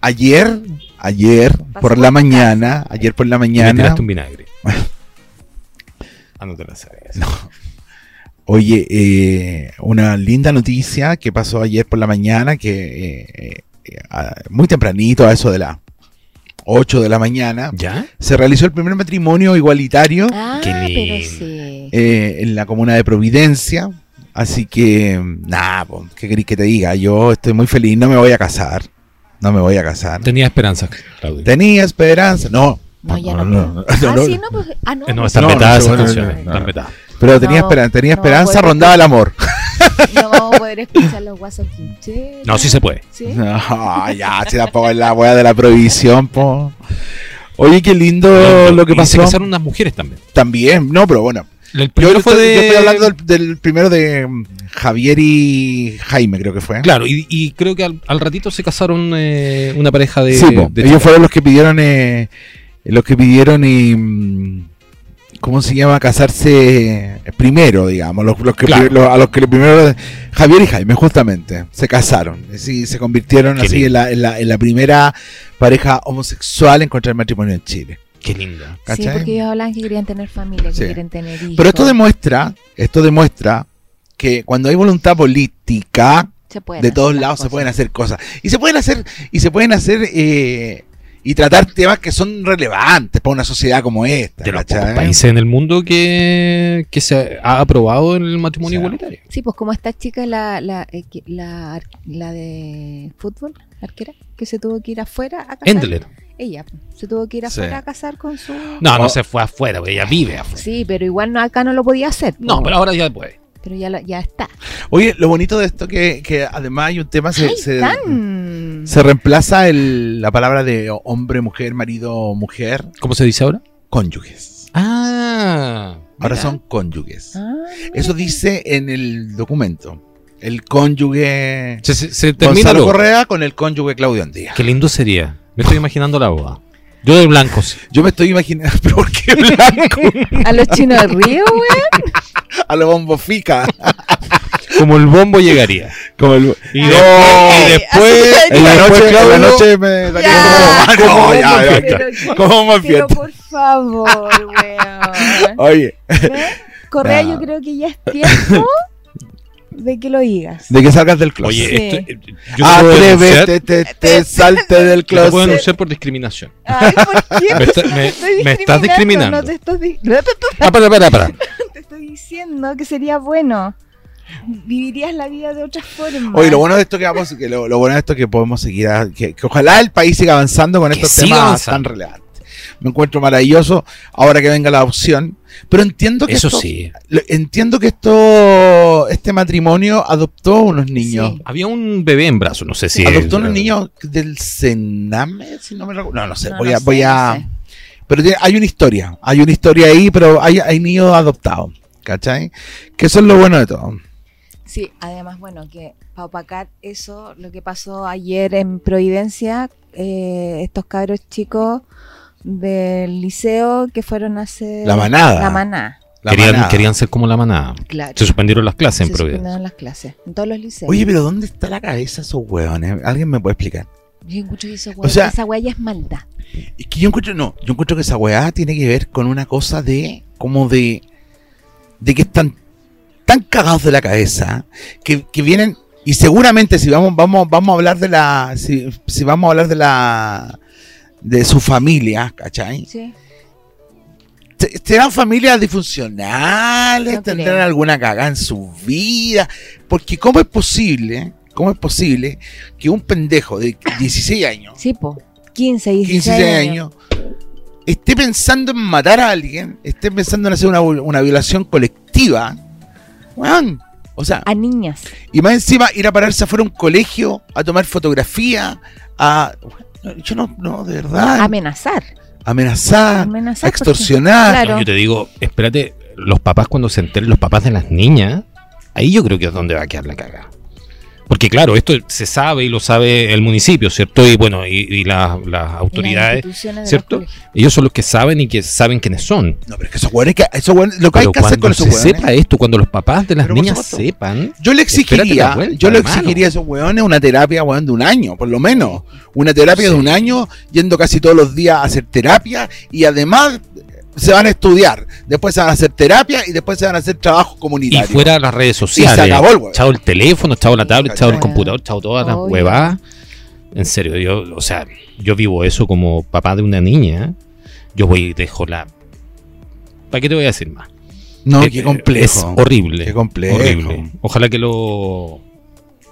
C: ayer, ayer por la
F: por
C: mañana, ayer por la
E: Me
C: mañana,
E: tiraste un vinagre. Ah, no te la sabes.
C: oye, eh, una linda noticia que pasó ayer por la mañana, que eh, eh, eh, a- muy tempranito, a eso de las 8 de la mañana,
E: ¿Ya?
C: se realizó el primer matrimonio igualitario
F: Ah,
E: Qué
F: pero
E: lindo.
F: sí.
C: eh, en la comuna de Providencia. Así que, nada, po, ¿qué querés que te diga? Yo estoy muy feliz, no me voy a casar. No me voy a casar.
E: Tenía esperanza, Claudio. Eh,
C: Tenía esperanza. No,
F: No, ya no.
C: no,
F: ah,
C: no,
F: sí,
C: no.
F: no, pues. Ah, no.
E: Eh, no,
F: pues,
E: están
C: No, no
E: vetadas
C: se
E: esas
C: puede,
E: canciones.
C: no, no.
E: Están vetadas.
C: Pero tenía
F: No,
C: esperanza, tenía
F: no, pues,
C: esperanza,
F: porque-
C: rondaba el amor.
F: no vamos a poder escuchar los guasos quincheros.
E: No, sí se puede.
F: ¿Sí?
C: No, ya, se la pongo en la wea de la provisión, po. Oye, qué lindo lo que
E: Y Se
C: pasó.
E: casaron unas mujeres también.
C: También, no, pero bueno.
E: El
C: Yo,
E: primero fue
C: estoy,
E: de...
C: yo estoy hablando del, del primero de mm, Javier y Jaime, creo que fue.
E: Claro, y, y creo que al, al ratito se casaron eh, una pareja de...
C: Sí, po.
E: de
C: ellos
E: chicas.
C: fueron los que pidieron, eh, los que pidieron, eh, mm, ¿cómo se llama? Casarse eh, primero, digamos, los, los que
E: Claro.
C: pri- los- a los que le primero, Javier y Jaime, justamente, se casaron, sí, se convirtieron
E: Qué
C: así
E: lindo.
C: en la, en, la, en la primera pareja homosexual en contra del matrimonio en Chile.
E: Qué linda.
F: Sí,
C: ¿cachai?
F: porque ellos hablan que querían tener familia, que
C: Sí.
F: quieren tener hijos.
C: Pero esto demuestra, esto demuestra que cuando hay voluntad política,
F: Se pueden
C: de
F: hacer
C: todos
F: las
C: lados se
F: cosas.
C: pueden hacer cosas y se pueden hacer y se pueden hacer eh, y tratar temas que son relevantes para una sociedad como esta
E: De los
C: ¿cachai?
E: pocos países en el mundo que, que se ha aprobado el
C: O
E: matrimonio
C: sea,
E: igualitario.
F: Sí, pues como esta chica, la, la, eh, que- la, ar- la de fútbol, arquera, que se tuvo que ir afuera a casar.
E: Endler.
F: Ella pues, se tuvo que ir
C: Sí.
F: afuera a casar con su...
E: No, no
C: O-
E: se fue afuera, porque ella vive afuera.
F: Sí, pero igual no, acá no lo podía hacer.
E: No,
F: po.
E: pero ahora ya puede.
F: Pero ya, lo- ya está.
C: oye lo bonito de esto que, que además hay un tema se, se,
F: Tan...
C: se reemplaza el- la palabra de hombre mujer marido mujer
E: ¿Cómo se dice ahora?
C: cónyuges
E: Ah.
C: ahora
E: mira.
C: son cónyuges
F: Ah,
C: eso dice en el documento el cónyuge
E: Se, se- se termina
C: Gonzalo
E: luego.
C: Correa con el cónyuge Claudio Andía
E: Qué lindo sería. Me estoy imaginando la boda. Yo de blanco, sí.
C: yo me estoy imaginando pero ¿por qué blanco
F: a los chinos de río, güey.
C: a lo bombofica
E: Como el bombo llegaría.
C: como el
E: Y,
C: No.
D: Oh.
E: después- y después.
C: En la noche, en la noche me daría
F: Ya.
C: como ¿Cómo? ya, ya, ya.
F: Pero,
C: ¿Cómo me
F: pero
C: fiesta?
F: por favor, weón.
C: Oye,
F: ¿Ves? Correa,
C: No.
F: yo creo que ya es tiempo de que lo digas.
C: De que salgas del closet.
E: Oye,
F: Sí.
E: esto, eh, yo
C: Ah,
E: te puedo denunciar,
C: Atrévete, te, te salte del
E: yo te puedo
C: closet.
E: denunciar por discriminación.
F: Ay, ¿por qué?
E: Me está-
F: No te
E: me-
F: estoy
E: me estás discriminando.
F: No te, estoy di- no te-
E: Ah, para, para, para.
F: te estoy diciendo que sería bueno. Vivirías la vida de otra forma.
C: Oye, lo bueno de esto que vamos, que lo, lo bueno de esto que podemos seguir, a- que, que ojalá el país siga avanzando con
E: Que
C: estos
E: siga
C: temas
E: avanzando.
C: tan relevantes. Me encuentro maravilloso ahora que venga la adopción, pero entiendo que
E: Eso
C: esto-
E: sí.
C: lo- entiendo que esto, este matrimonio adoptó unos niños.
F: Sí.
E: Había un bebé en brazo, no sé si. eh,
C: adoptó unos niños del Sename, si no me recuerdo. No, no sé,
F: No,
C: voy
F: no
C: a,
F: sé,
C: voy
F: no
C: a,
F: sé.
C: pero tiene- hay una historia, hay una historia ahí, pero hay, hay niños adoptados, ¿cachai? Que eso es lo bueno de todo.
F: Sí, además, bueno, que para opacar eso, lo que pasó ayer en Providencia, eh, estos cabros chicos del liceo que fueron hace
C: La manada.
F: La maná,
C: La
E: Querían,
C: manada.
E: querían ser como la manada.
F: claro.
E: Se suspendieron las clases en
F: Se
E: Providencia.
F: suspendieron las clases en todos los liceos.
C: Oye, pero ¿dónde está la cabeza de esos hueones? ¿Alguien me puede explicar?
F: Yo encuentro que eso,
C: O sea-
F: esa huella es maldad.
C: Es que yo encuentro, no, yo encuentro que esa weá tiene que ver con una cosa de, como de, de que están tan cagados de la cabeza, que, que vienen, y seguramente si vamos, vamos, vamos a hablar de la, si, si vamos a hablar de la, de su familia, ¿cachai?
F: Sí.
C: Te- Serán familias disfuncionales,
F: No
C: tendrán
F: creo.
C: alguna cagada en su vida. Porque, ¿cómo es posible? ¿Cómo es posible que un pendejo de 16 años,
F: Sí, po. 15, 16,
C: 15
F: años.
C: años, esté pensando en matar a alguien, esté pensando en hacer una, viol- una violación colectiva? Weón. O sea,
F: A niñas.
C: y más encima ir a pararse afuera a un colegio a tomar fotografía, a. Yo no, no, de verdad.
F: Amenazar.
C: Amenazar, a
F: Amenazar. porque-
C: extorsionar.
F: Claro.
E: Yo te digo, espérate, los papás cuando se enteren, los papás de las niñas, ahí yo creo que es donde va a quedar la caga. Porque claro, esto se sabe y lo sabe el municipio, ¿cierto? Y bueno, y, y las- las
F: y las
E: autoridades,
F: instituciones de
E: ¿cierto?
F: los colegios.
E: ellos son los que saben y que saben quiénes son.
C: No, pero es que esos hueones, que, esos hueones- lo que
E: Pero
C: hay que hacer con
E: cuando
C: esos
E: se
C: hueones.
E: sepa esto, cuando los papás de las
C: Pero por
E: niñas
C: supuesto.
E: sepan,
C: Yo le
E: Espérate
C: exigiría,
E: la vuelta,
C: yo le
E: hermano.
C: exigiría a esos hueones una terapia, hueón, de un año, por lo menos. Una terapia de un año, yendo casi todos los días a hacer terapia y además eh, se van a estudiar. Después se van a hacer terapia y después se van a hacer trabajo
E: y
C: comunitario.
E: fuera las redes sociales,
C: acabó el huevo.
E: chao el teléfono, chao la tablet, chao el
F: Obvio.
E: computador, chao todas las
F: Obvio.
E: huevadas. En serio, yo, o sea, yo vivo eso como papá de una niña. Yo voy y dejo la. ¿Para qué te voy a decir más?
C: No,
E: Eh,
C: qué
E: Es
C: complejo.
E: horrible.
C: Qué complejo.
E: Horrible. Ojalá que lo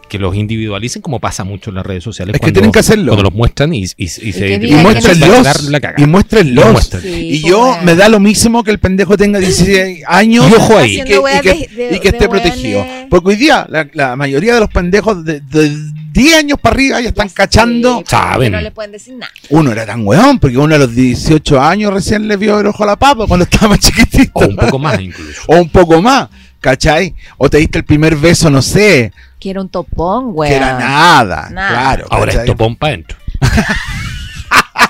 E: que los individualicen, como pasa mucho en las redes sociales.
C: Es que tienen que hacerlo.
E: Cuando los muestran y, y- y se
F: que
C: Y
F: digan que
C: muéstrenlos.
E: la caga.
C: Y
E: Lo
C: muéstrenlos.
E: muestran.
F: Sí,
C: Y
F: po,
C: yo
F: weón.
C: me da lo mismo que el pendejo tenga 16 años
E: Y ojo ahí.
C: y que,
F: Haciendo
C: y que-
F: weas de-
C: y que
F: de-
C: esté
F: de
C: protegido.
F: weones.
C: Porque hoy día la, la mayoría de los pendejos de, de 10 años para arriba ya están cachando.
F: Pues Sí, pero
E: Saben.
F: No le pueden decir nada.
C: Uno era tan weón, porque uno a los 18 años recién le vio el ojo a la papa cuando estaba más chiquitito.
E: O un poco más incluso.
C: O un poco más, ¿cachai? O te diste el primer beso, no sé,
F: Que era un topón, güey.
C: que era nada,
F: Nada.
C: claro.
E: Ahora
C: ¿cachai?
E: es topón para adentro.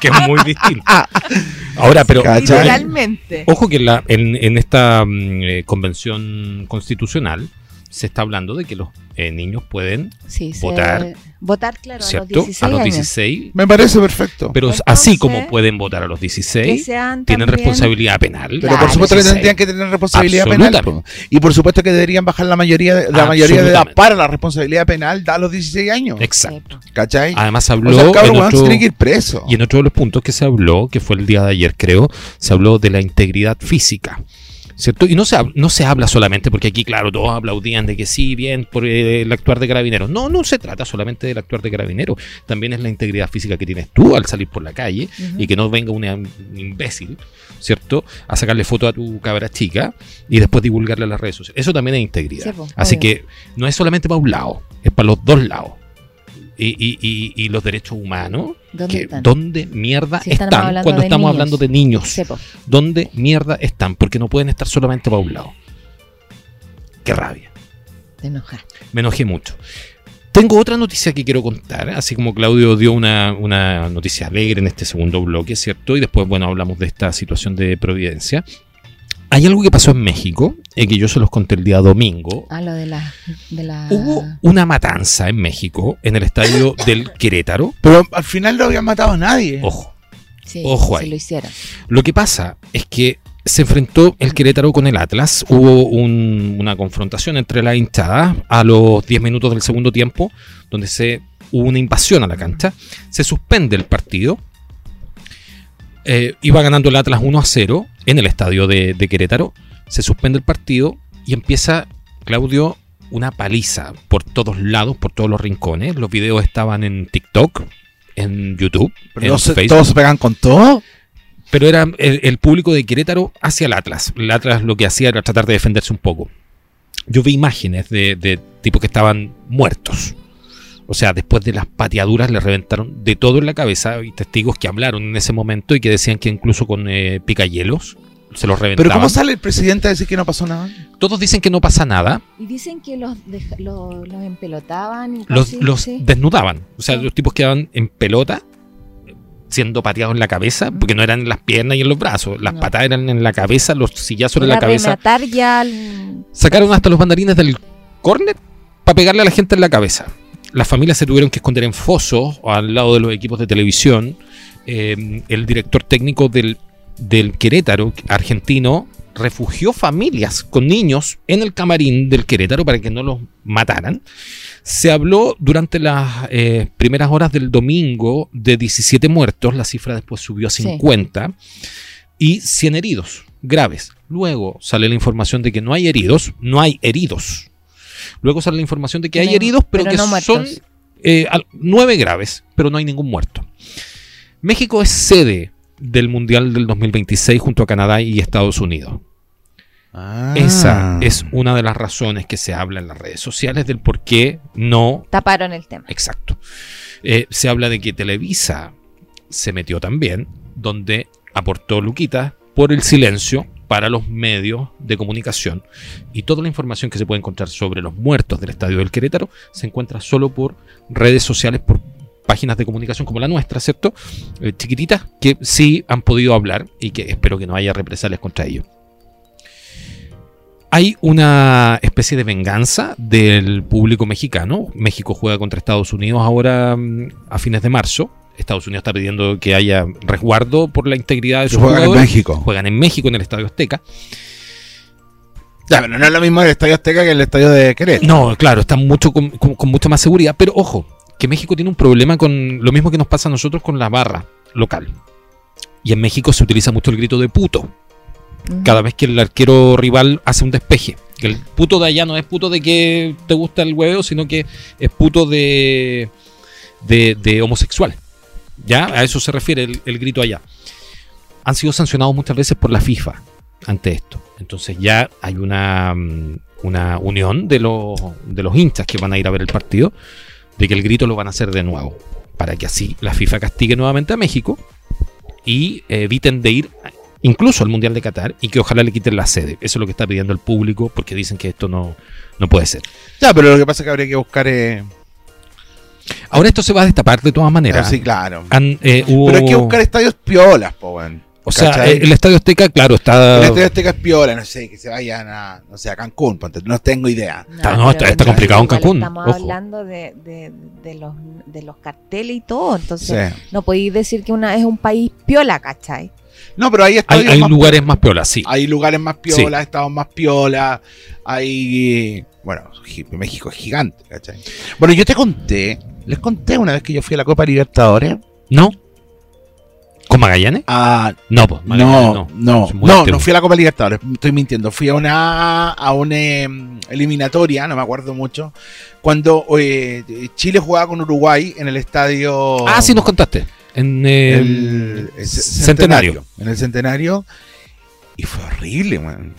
E: que es muy distinto. Ahora, pero
C: Cachai.
D: Literalmente.
C: Oh.
E: ojo que en, la- en- en esta mm, eh, convención constitucional se está hablando de que los eh, niños pueden,
F: Sí, se-
E: Votar.
F: Votar, claro,
E: ¿cierto?
F: a los 16 años.
E: 16,
C: Me parece perfecto.
E: Pero
F: Entonces,
E: así como pueden votar a los
F: Que
E: 16,
F: sean
E: tienen
F: también-
E: responsabilidad penal.
C: Pero por
F: Claro,
C: supuesto que
E: 16.
C: tendrían que tener responsabilidad penal.
E: Absolutamente.
C: po. Y por supuesto que deberían bajar la mayoría de, la mayoría de edad
E: Absolutamente.
C: para la responsabilidad penal da a los 16 años.
E: Exacto.
F: Sí, pues,
C: ¿Cachai?
E: Además
C: o
E: habló
C: sea, el cabrón
E: Ah, en
C: weón se
E: otro-
C: tiene que ir preso.
E: y en otro de los puntos que se habló, que fue el día de ayer creo, se habló de la integridad física. ¿Cierto? Y no se, hab- no se habla solamente porque aquí, claro, todos aplaudían de que sí, bien, por eh, el actuar de carabineros. No, no se trata solamente del actuar de carabineros. También es la integridad física que tienes tú al salir por la calle y que no venga un im- imbécil, ¿cierto? A sacarle foto a tu cabra chica y después divulgarla en las redes sociales. Eso también es integridad.
F: Sí, po,
E: Así
F: obvio.
E: que no es solamente para un lado, es para los dos lados. Y, y- y- y los derechos humanos,
F: ¿Dónde
E: que-
F: están?
E: ¿dónde mierda
F: Si estamos
E: están
F: hablando
E: cuando
F: de
E: estamos
F: niños.
E: hablando de niños?
F: po.
E: ¿Dónde mierda están? Porque no pueden estar solamente para un lado. Qué rabia.
F: Te enojaste.
E: Me enojé mucho. Tengo otra noticia que quiero contar, así como Claudio dio una, una noticia alegre en este segundo bloque, ¿cierto? Y después, bueno, hablamos de esta situación de Providencia. Hay algo que pasó en México, eh, que yo se los conté el día domingo,
F: Ah, lo de la. De la...
E: Hubo una matanza en México, en el estadio del Querétaro.
C: Pero al
E: Oh,
C: final no habían matado a nadie.
E: Ojo,
F: Sí,
E: Ojo
F: se
E: ahí.
F: lo hicieron.
E: lo que pasa es que se enfrentó el Querétaro con el Atlas. Hubo un- una confrontación entre la hinchada a los 10 minutos del segundo tiempo, donde se hubo una invasión a la cancha. Se suspende el partido. Eh, iba ganando el Atlas 1 a 0 en el estadio de, de Querétaro. Se suspende el partido y empieza Claudio una paliza por todos lados, por todos los rincones. Los videos estaban en TikTok, en YouTube,
C: Pero
E: en
C: todos, se-
E: Facebook.
C: todos se pegan con todo.
E: Pero era el, el público de Querétaro hacia el Atlas. El Atlas lo que hacía era tratar de defenderse un poco. Yo vi imágenes de, de tipos que estaban muertos. O sea, después de las pateaduras le reventaron de todo en la cabeza. Y testigos que hablaron en ese momento y que decían que incluso con eh, picayelos se los
C: Pero
E: reventaban.
C: ¿cómo sale el presidente a decir que no pasó nada?
E: Todos dicen que no pasa nada.
F: Y dicen que los, deja- lo- los empelotaban y
E: Los,
F: casi-
E: los
F: sí.
E: desnudaban. O sea,
F: Sí.
E: los tipos quedaban en pelota siendo pateados en la cabeza porque no eran en las piernas y en los brazos. Las
F: No.
E: patadas eran en la cabeza, los sillazos sobre
F: Era
E: la cabeza.
F: rematar ya al-
E: sacaron hasta los bandarines del córner para pegarle a la gente en la cabeza. Las familias se tuvieron que esconder en fosos o al lado de los equipos de televisión. Eh, el director técnico del, del Querétaro argentino refugió familias con niños en el camarín del Querétaro para que no los mataran. Se habló durante las eh, primeras horas del domingo de 17 muertos, la cifra después subió a
F: Sí.
E: 50 y 100 heridos graves. Luego sale la información de que no hay heridos, no hay heridos. Luego sale la información de que hay
F: No,
E: heridos, pero,
F: pero
E: que
F: no
E: son
F: muertos.
E: eh, al- nueve graves, pero no hay ningún muerto. México es sede del Mundial del 2026 junto a Canadá y Estados Unidos.
C: Ah.
E: Esa es una de las razones que se habla en las redes sociales del por qué no
F: taparon el tema.
E: Exacto. Eh, se habla de que Televisa se metió también, donde aportó Luquita por el silencio para los medios de comunicación. Y toda la información que se puede encontrar sobre los muertos del Estadio del Querétaro se encuentra solo por redes sociales, por páginas de comunicación como la nuestra, ¿cierto? Eh, chiquititas, que sí han podido hablar y que espero que no haya represalias contra ellos. Hay una especie de venganza del público mexicano. México juega contra Estados Unidos ahora mm, a fines de marzo. Estados Unidos está pidiendo que haya resguardo por la integridad de
C: Que
E: sus
C: juegan en
E: jugadores.
C: México.
E: Juegan en México en el Estadio Azteca.
C: Ya, pero no es lo mismo el estadio Azteca que el estadio de Querétaro.
E: No, claro, está mucho con, con- con mucha más seguridad, pero ojo, que México tiene un problema con lo mismo que nos pasa a nosotros con la barra local. Y en México se utiliza mucho el grito de puto. Cada vez que el arquero rival hace un despeje. Que el puto de allá no es puto de que te gusta el hueveo, sino que es puto de, de, de homosexual. ¿Ya? A eso se refiere el, el grito allá. Han sido sancionados muchas veces por la FIFA ante esto. Entonces ya hay una, mm, una unión de los, de los hinchas que van a ir a ver el partido, de que el grito lo van a hacer de nuevo, para que así la FIFA castigue nuevamente a México y eh, eviten de ir a- incluso al Mundial de Qatar y que ojalá le quiten la sede. Eso es lo que está pidiendo el público porque dicen que esto no, no puede ser.
C: Ya, pero lo que pasa es que habría que buscar. Eh, ah,
E: Ahora esto se va a destapar de todas maneras.
C: sí, claro.
E: Han, eh, hubo-
C: Pero hay que buscar estadios piolas, po, weón.
E: o sea,
C: ¿cachai?
E: eh, el Estadio Azteca, claro, está...
C: El estadio Azteca es piola, no sé, que se vayan a, no sé, a Cancún, ponte, no tengo idea.
E: Está- no, está- está complicado en
F: igual
E: Cancún,
F: Estamos
E: ojo.
F: hablando de, de- de los, de los carteles y todo,
C: Sí.
F: entonces no podéis decir que una es un país piola, ¿cachai?
C: No, pero hay
E: Hay,
C: estadios
E: hay
C: más Ah.
E: lugares más piolas, sí.
C: Hay lugares más piolas, estados más piolas, hay... Bueno, gi- México es gigante, ¿cachai? Bueno, yo te conté, les conté una vez que yo fui a la Copa Libertadores.
E: ¿No? ¿Con Magallanes?
C: Ah,
E: No, pues, Magallanes
C: no, no,
E: no,
C: no,
E: es muy
C: no,
E: antiguo.
C: fui a la Copa Libertadores, estoy mintiendo. Fui a una, a una em, eliminatoria, no me acuerdo mucho, cuando eh, Chile jugaba con Uruguay en el estadio...
E: Ah, sí, nos contaste. En eh,
C: el, el ce-
E: centenario.
C: En el centenario. Y fue horrible, man.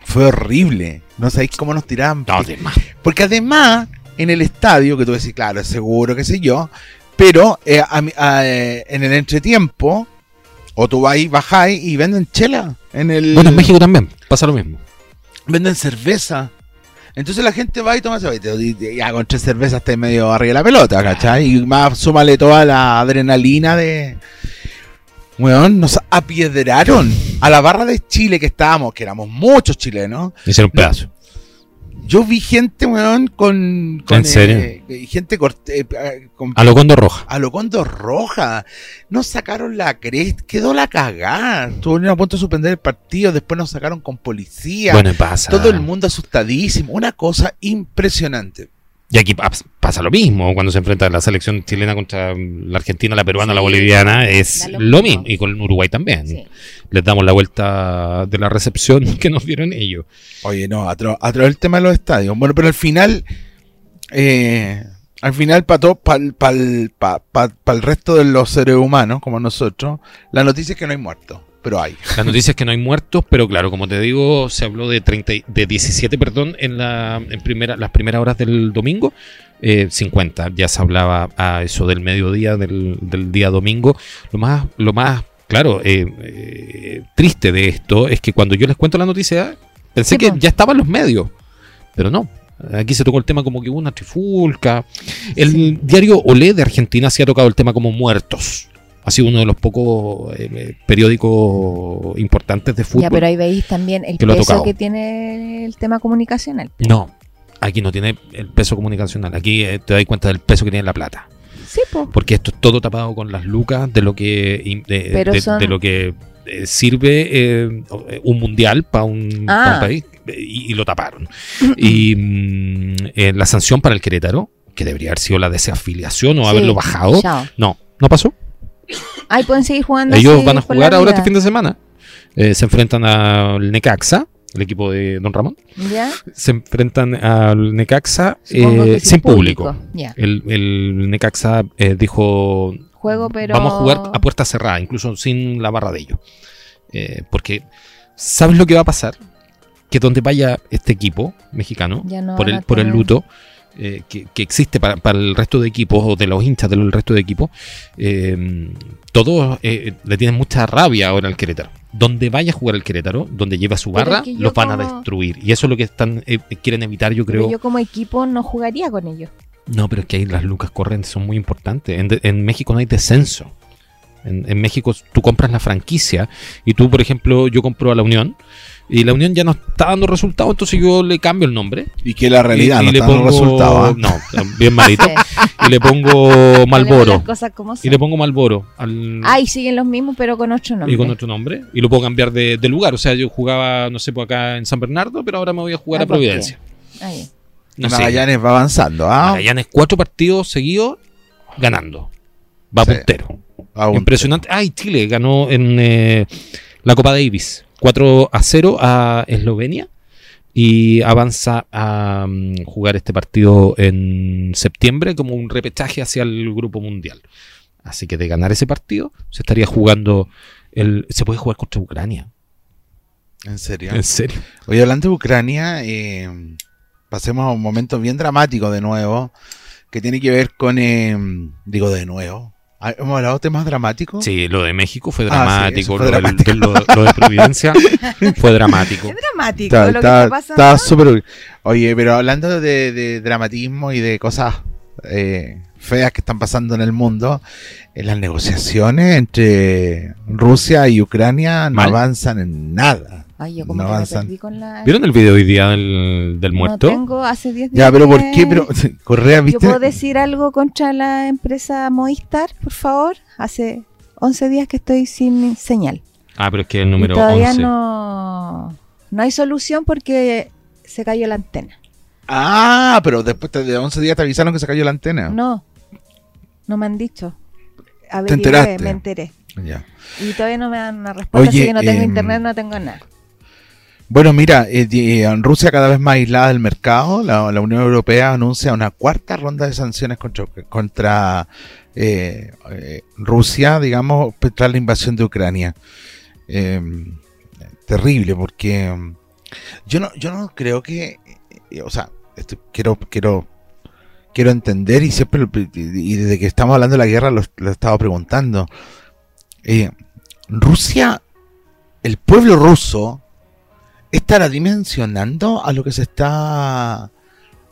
C: Fue horrible. No sabéis cómo nos tiraban.
E: No,
C: pi-
E: de más.
C: Porque además, en el estadio, que tú decís, claro, es seguro, qué sé yo. Pero eh, a mi- a, eh, en el entretiempo, o tú vas, bajáis y venden chela. En el,
E: Bueno, en México también pasa lo mismo.
C: Venden cerveza. Entonces la gente va y toma cerveza. Y te- Ya con tres cervezas estás medio arriba de la pelota, ¿cachai? Y más súmale toda la adrenalina de. Weón, nos apiedraron a la barra de Chile que estábamos, que éramos muchos chilenos.
E: Hicieron un pedazo.
C: Yo vi gente, weón, con. con
E: ¿En serio?
C: eh, gente corte, eh, con
E: A lo Gondo Roja.
C: a lo Condor Roja. Nos sacaron la crest, quedó la cagada. Estuvieron a punto de suspender el partido, después nos sacaron con policía.
E: Bueno, y pasa.
C: Todo el mundo asustadísimo. Una cosa impresionante.
E: Y aquí pa- pasa lo mismo cuando se enfrenta la selección chilena contra mm, la argentina, la peruana, la boliviana. Es
F: da lo
E: lo
F: mismo.
E: mismo. Y con Uruguay también.
F: Sí.
E: Les damos la vuelta de la recepción que nos dieron ellos.
C: Oye, no, atro- atroz el tema de los estadios. Bueno, pero al final, eh, al final para el resto de los seres humanos, como nosotros, la noticia es que no hay muertos, pero hay.
E: La noticia es que no hay muertos, pero claro, como te digo, se habló de 30, y- de 17, perdón, en, la, en primera, las primeras horas del domingo. eh, 50, ya se hablaba a eso del mediodía del, del día domingo. Lo más, lo más claro, eh, eh, triste de esto es que cuando yo les cuento la noticia, pensé
F: Sí,
E: que
F: po.
E: ya estaban los medios, pero no. Aquí se tocó el tema como que hubo una trifulca. El diario Olé de Argentina se ha tocado el tema como muertos. Ha sido uno de los pocos eh, eh, periódicos importantes de fútbol.
F: Ya, pero ahí veis también el
E: que lo ha
F: peso
E: tocado.
F: que tiene el tema comunicacional.
E: No, aquí no tiene el peso comunicacional. Aquí eh, te das cuenta del peso que tiene la plata.
F: Sí, pues.
E: Porque esto es todo tapado con las lucas de lo que, in- de,
F: Pero
E: de-
F: son-
E: de lo que eh, sirve eh, un mundial para un,
F: Ah.
E: pa' un país. eh, Y, y lo taparon. y mm, eh, la sanción para el Querétaro, que debería haber sido la desafiliación o haberlo bajado.
F: Chao.
E: No, no pasó.
F: Ahí pueden seguir jugando.
E: Ellos
F: así
E: van a
F: por
E: jugar
F: la
E: ahora
F: vida.
E: este fin de semana. Eh, se enfrentan al Necaxa, el equipo de Eh, Don Ramón.
F: Ya,
E: Se enfrentan al Necaxa
F: supongo que
E: eh, sin público.
F: Ya.
E: El, el Necaxa eh, dijo,
F: Juego, pero.
E: vamos a jugar a puerta cerrada, incluso sin la barra de ellos. Eh, porque, ¿sabes lo que va a pasar? Que donde vaya este equipo mexicano,
F: Ya no
E: por
F: van
E: el,
F: a
E: por el
F: tener-
E: luto eh, que, que existe para, para el resto de equipos o de los hinchas del resto de equipos, eh, todos eh, le tienen mucha rabia ahora al Querétaro. Donde vaya a jugar el Querétaro, donde lleva su
F: Pero es
E: barra,
F: que yo
E: los van a
F: como-
E: destruir. Y eso es lo que están eh, quieren evitar, yo
F: Pero
E: creo.
F: yo como equipo no jugaría con ellos.
E: No, pero es que ahí las lucas correntes son muy importantes. En, de- en México no hay descenso. En, en México tú compras la franquicia y tú, por ejemplo, yo compro a la Unión y la Unión ya no está dando resultados, entonces yo le cambio el nombre.
C: Y que la realidad
E: y,
C: no
E: y le
C: está dando
E: pongo-
C: resultado. ¿ah?
E: No, eh, bien malito. y le pongo
F: Las
E: Malboro.
F: cosas como
E: Y
F: son.
E: le pongo Malboro al,
F: Ay, siguen los mismos, pero con otro nombre.
E: y con otro nombre. Y lo puedo cambiar de, de lugar. O sea, yo jugaba, no sé, por acá en San Bernardo, pero ahora me voy a jugar
F: Ah,
E: a,
F: ¿por qué?
E: Providencia.
F: Ah, ya.
E: No sé.
C: Magallanes va avanzando, ¿ah?
E: Magallanes, cuatro partidos seguidos ganando. Va
C: Sí.
E: puntero.
C: Va un-
E: Impresionante. Ay, Chile ganó en eh, la Copa Davis 4 a 0 a Eslovenia y avanza a mm, jugar este partido en septiembre como un repechaje hacia el Grupo Mundial. Así que de ganar ese partido se estaría jugando el se puede jugar contra Ucrania.
C: En serio.
E: ¿En serio?
C: Oye, hablando de Ucrania, eh, pasemos a un momento bien dramático de nuevo, que tiene que ver con, eh, digo de nuevo, Ah, ¿hemos hablado de temas dramáticos?
E: Sí, lo de México fue
C: Ah, sí,
E: dramático,
C: eso fue
E: lo, del- lo- lo de Providencia fue dramático.
D: Es dramático
C: Está-
D: lo
C: está-
D: que está pasando.
C: está súper- Oye, pero hablando de, de dramatismo y de cosas eh, feas que están pasando en el mundo, eh, las negociaciones entre Rusia y Ucrania no
E: Mal.
C: avanzan en nada.
F: Ay, yo como
C: No
F: que me
C: avanzan.
F: perdí con la...
E: ¿Vieron el video hoy día del, del muerto?
F: No tengo hace 10 días.
C: Ya, pero ¿por
F: que-
C: qué? Pero, Correa,
F: Yo
C: ¿viste?
F: puedo decir algo contra la empresa Movistar, por favor. Hace 11 días que estoy sin señal.
E: Ah, pero es que el número
F: y todavía
E: 11.
F: no no hay solución porque se cayó la antena.
C: Ah, pero después de 11 días te avisaron que se cayó la antena.
F: No, no me han dicho. Averigüé,
C: enteraste?
F: Me enteré.
C: Ya.
F: Y todavía no me dan una respuesta,
C: Oye,
F: así que no tengo
C: em,
F: internet, no tengo nada.
C: Bueno, mira, eh, di- eh, Rusia cada vez más aislada del mercado, la, la Unión Europea anuncia una cuarta ronda de sanciones contra, contra, eh, eh, Rusia, digamos, tras la invasión de Ucrania. Eh, terrible, porque mm, yo no, yo no creo que, eh, o sea, esto- quiero, quiero, quiero entender y siempre, lo- y desde que estamos hablando de la guerra lo, lo he estado preguntando. Eh, Rusia, el pueblo ruso, estará dimensionando a lo que se está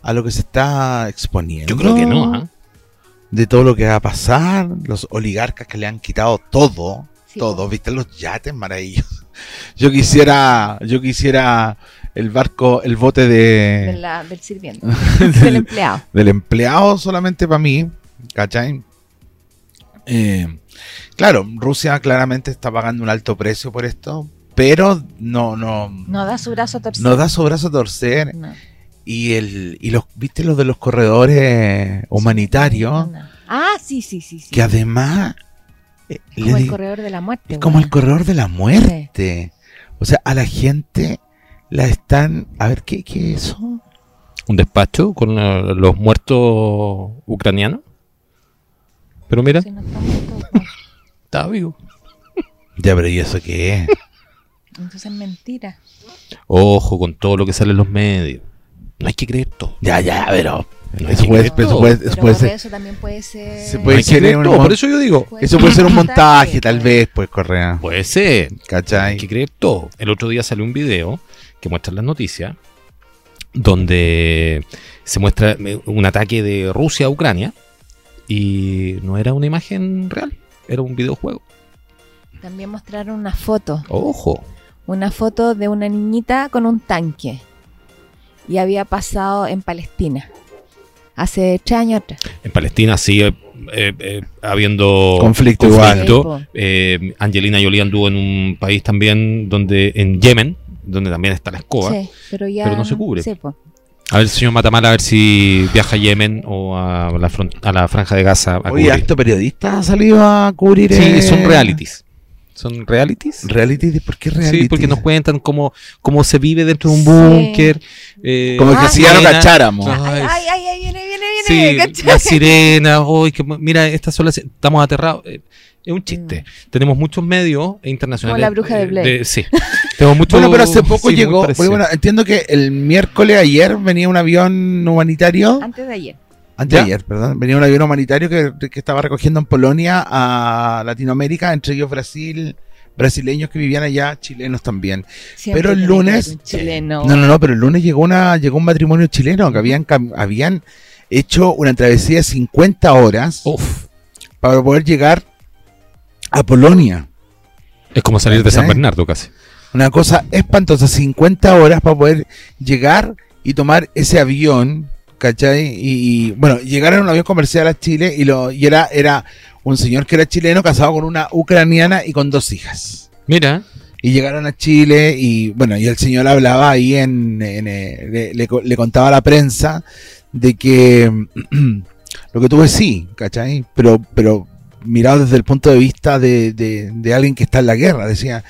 C: a lo que se está exponiendo.
E: Yo creo que no, ¿ah?
C: De todo lo que va a pasar, los oligarcas que le han quitado todo,
F: Sí,
C: todo, viste los yates maravillosos. Yo quisiera, yo quisiera el barco, el bote de,
D: de la- del sirviente, del empleado.
C: del empleado solamente para mí, ¿cachai? Eh, claro, Rusia claramente está pagando un alto precio por esto, pero no, no,
D: No da su brazo a torcer.
C: no da su brazo a torcer.
D: No,
C: Y, el, y los, viste los de los corredores humanitarios,
D: no. Ah, sí, sí, sí. sí.
C: que además eh, le
D: como el
C: di-
D: corredor de la muerte.
C: es como el
D: weón.
C: corredor de la muerte. O sea, a la gente la están... A ver, ¿qué, qué es eso?
E: un despacho con eh, los muertos ucranianos. Pero mira,
D: Si no estamos todos muertos.
E: está vivo.
C: Ya, pero ¿y eso qué es?
D: Entonces mentira.
E: Ojo con todo lo que sale en los medios. No hay que creer todo.
C: ya, ya, pero...
E: No hay
C: Eso
E: que
C: puede,
E: creer
C: eso
E: todo.
C: puede- eso
D: Pero
C: puede
D: por
C: ser...
D: eso también puede ser.
C: pues, eh, Se
E: No
C: puede
E: hay que
C: ser
E: creer
C: un
E: todo.
C: mon-
E: Por eso yo digo,
C: Eso puede ser un montaje, tal vez, pues, Correa.
E: puede ser. Hay
C: ¿Cachai?
E: que creer todo. El otro día salió un video que muestra las noticias donde se muestra eh, un ataque de Rusia a Ucrania y no era una imagen real, era un videojuego.
D: También mostraron una foto.
E: Ojo.
D: Una foto de una niñita con un tanque. Y había pasado en Palestina. Hace tres años atrás.
E: En Palestina sigue eh, eh, habiendo
C: Conflicto
E: conflicto.
D: igual.
E: Eh, Angelina Jolie anduvo en un país también donde en Yemen, donde también está la escoba.
D: Sí, pero ya.
E: Pero no se cubre.
D: Sí, po.
E: A ver, señor Matamala, a ver si viaja a Yemen o a la, fron- a la franja de Gaza a
C: Oye,
E: cubrir.
C: ¿esto periodista ha salido a cubrir? eh,
E: Sí, son realities. ¿Son realities?
C: ¿Reality? ¿Por qué reality?
E: Sí, porque nos cuentan cómo, cómo se vive dentro de un
D: Sí. Ah,
E: búnker. eh,
C: Como que
E: la
C: si ya no
E: sirena.
C: cacháramos.
E: Ay,
D: Ay, ay, ay, viene, viene, viene.
E: Sí,
D: ¿cachai?
E: la sirena, uy, que, mira, estas son las- estamos aterrados. Eh, es un chiste. Tenemos muchos medios internacionales.
D: Mm. Como la bruja de
E: eh,
D: Blair.
E: sí. Tenemos muchos
C: Bueno, pero hace poco
E: sí, muy
C: llegó.
E: parecido.
C: bueno, entiendo que el miércoles ayer venía un avión humanitario.
D: Antes de ayer.
C: Antes de ayer, perdón. Venía un avión humanitario que, que estaba recogiendo en Polonia a Latinoamérica, entre ellos Brasil, brasileños que vivían allá, chilenos también.
D: Siempre
C: Pero el
D: tiene que
C: lunes-
D: haber un Chileno.
C: No, no, no, pero el lunes llegó una llegó un matrimonio chileno que habían cam- habían hecho una travesía de 50 horas
E: Uf,
C: para poder llegar a Polonia.
E: es como salir de San
C: ¿Cachai?
E: Bernardo casi.
C: Una cosa espantosa, 50 horas para poder llegar y tomar ese avión, ¿cachai? Y, y, bueno, llegaron en un avión comercial a Chile y lo y era era un señor que era chileno casado con una ucraniana y con dos hijas.
E: Mira,
C: Y llegaron a Chile y bueno, y el señor hablaba ahí en, en, eh, le, le co- le contaba a la prensa de que lo que tú ves sí, ¿cachai? Pero, pero mirado desde el punto de vista de, de- de alguien que está en la guerra, decía,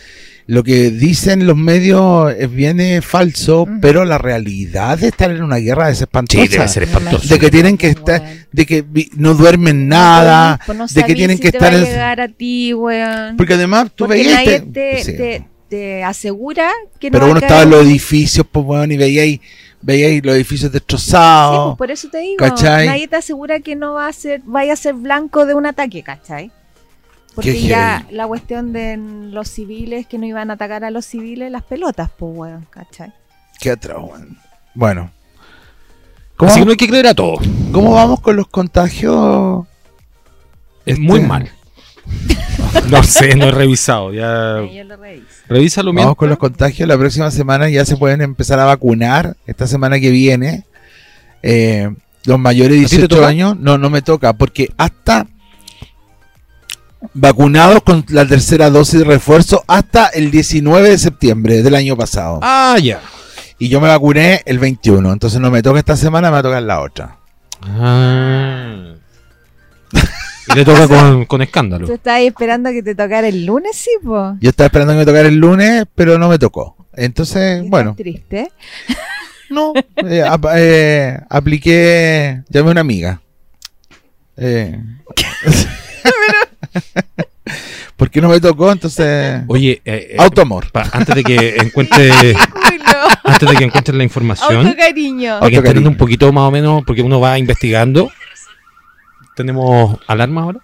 C: lo que dicen los medios es bien eh, falso,
D: Ujú.
C: pero la realidad de estar en una guerra es espantosa.
E: espantoso.
C: de que tienen que estar- De que vi- no duermen nada,
D: Pues no
C: de que
D: sabí
C: tienen
D: si
C: que
D: te
C: estar
D: Va a
C: en-
D: llegar a ti, weón.
C: porque además tú
D: Porque
C: veías...
D: nadie
C: este-
D: te,
C: sí.
D: te, te asegura que no
C: Pero
D: va
C: uno
D: a
C: estaba
D: caer.
C: en los
D: Sí,
C: edificios, pues, weón, y veía ahí, veía ahí los edificios
D: pues,
C: destrozados.
D: por eso te digo,
C: ¿Cachai?
D: nadie te asegura que no va a ser, vaya a ser blanco de un ataque, ¿cachai? Porque
C: Qué
D: ya la cuestión de los civiles que no iban a atacar a los civiles, las pelotas, pues weón, ¿cachai?
C: Qué atroz, weón. Bueno. ¿Cómo,
E: Así que no hay que creer a todo.
C: cómo vamos con los contagios?
E: Es muy
C: Este-
E: mal. no sé, no he revisado. Ya.
D: Ahí yo lo reviso.
E: Revísalo
C: Vamos
E: mientras.
C: con los contagios. La próxima semana ya se pueden empezar a vacunar. Esta semana que viene. Eh, los mayores de
E: ¿A ti te
C: 18
E: toca?
C: años. No, no me toca. Porque hasta vacunados con la tercera dosis de refuerzo hasta el 19 de septiembre del año pasado.
E: Ah, ya.
C: Y yo me vacuné el 21. Entonces no me toca esta semana, me va a tocar la otra.
E: Ah. Y le toca con, con
D: ¿Tú
E: escándalo.
D: estabas esperando que te tocara el lunes, sí, pues?
C: Yo estaba esperando que me tocara el lunes, pero no me tocó. Entonces, bueno,
D: Triste.
C: no. eh, ap- eh, apliqué. Llamé a una amiga. Eh, ¿Por qué no me tocó? Entonces.
E: Oye, eh, eh,
C: Automor.
E: pa- antes de que encuentre
D: Culo,
E: antes de que encuentres la información,
D: autocariño.
E: para que entiendan
C: Autocariño.
E: un poquito más o menos, porque uno va investigando. Tenemos alarma ahora.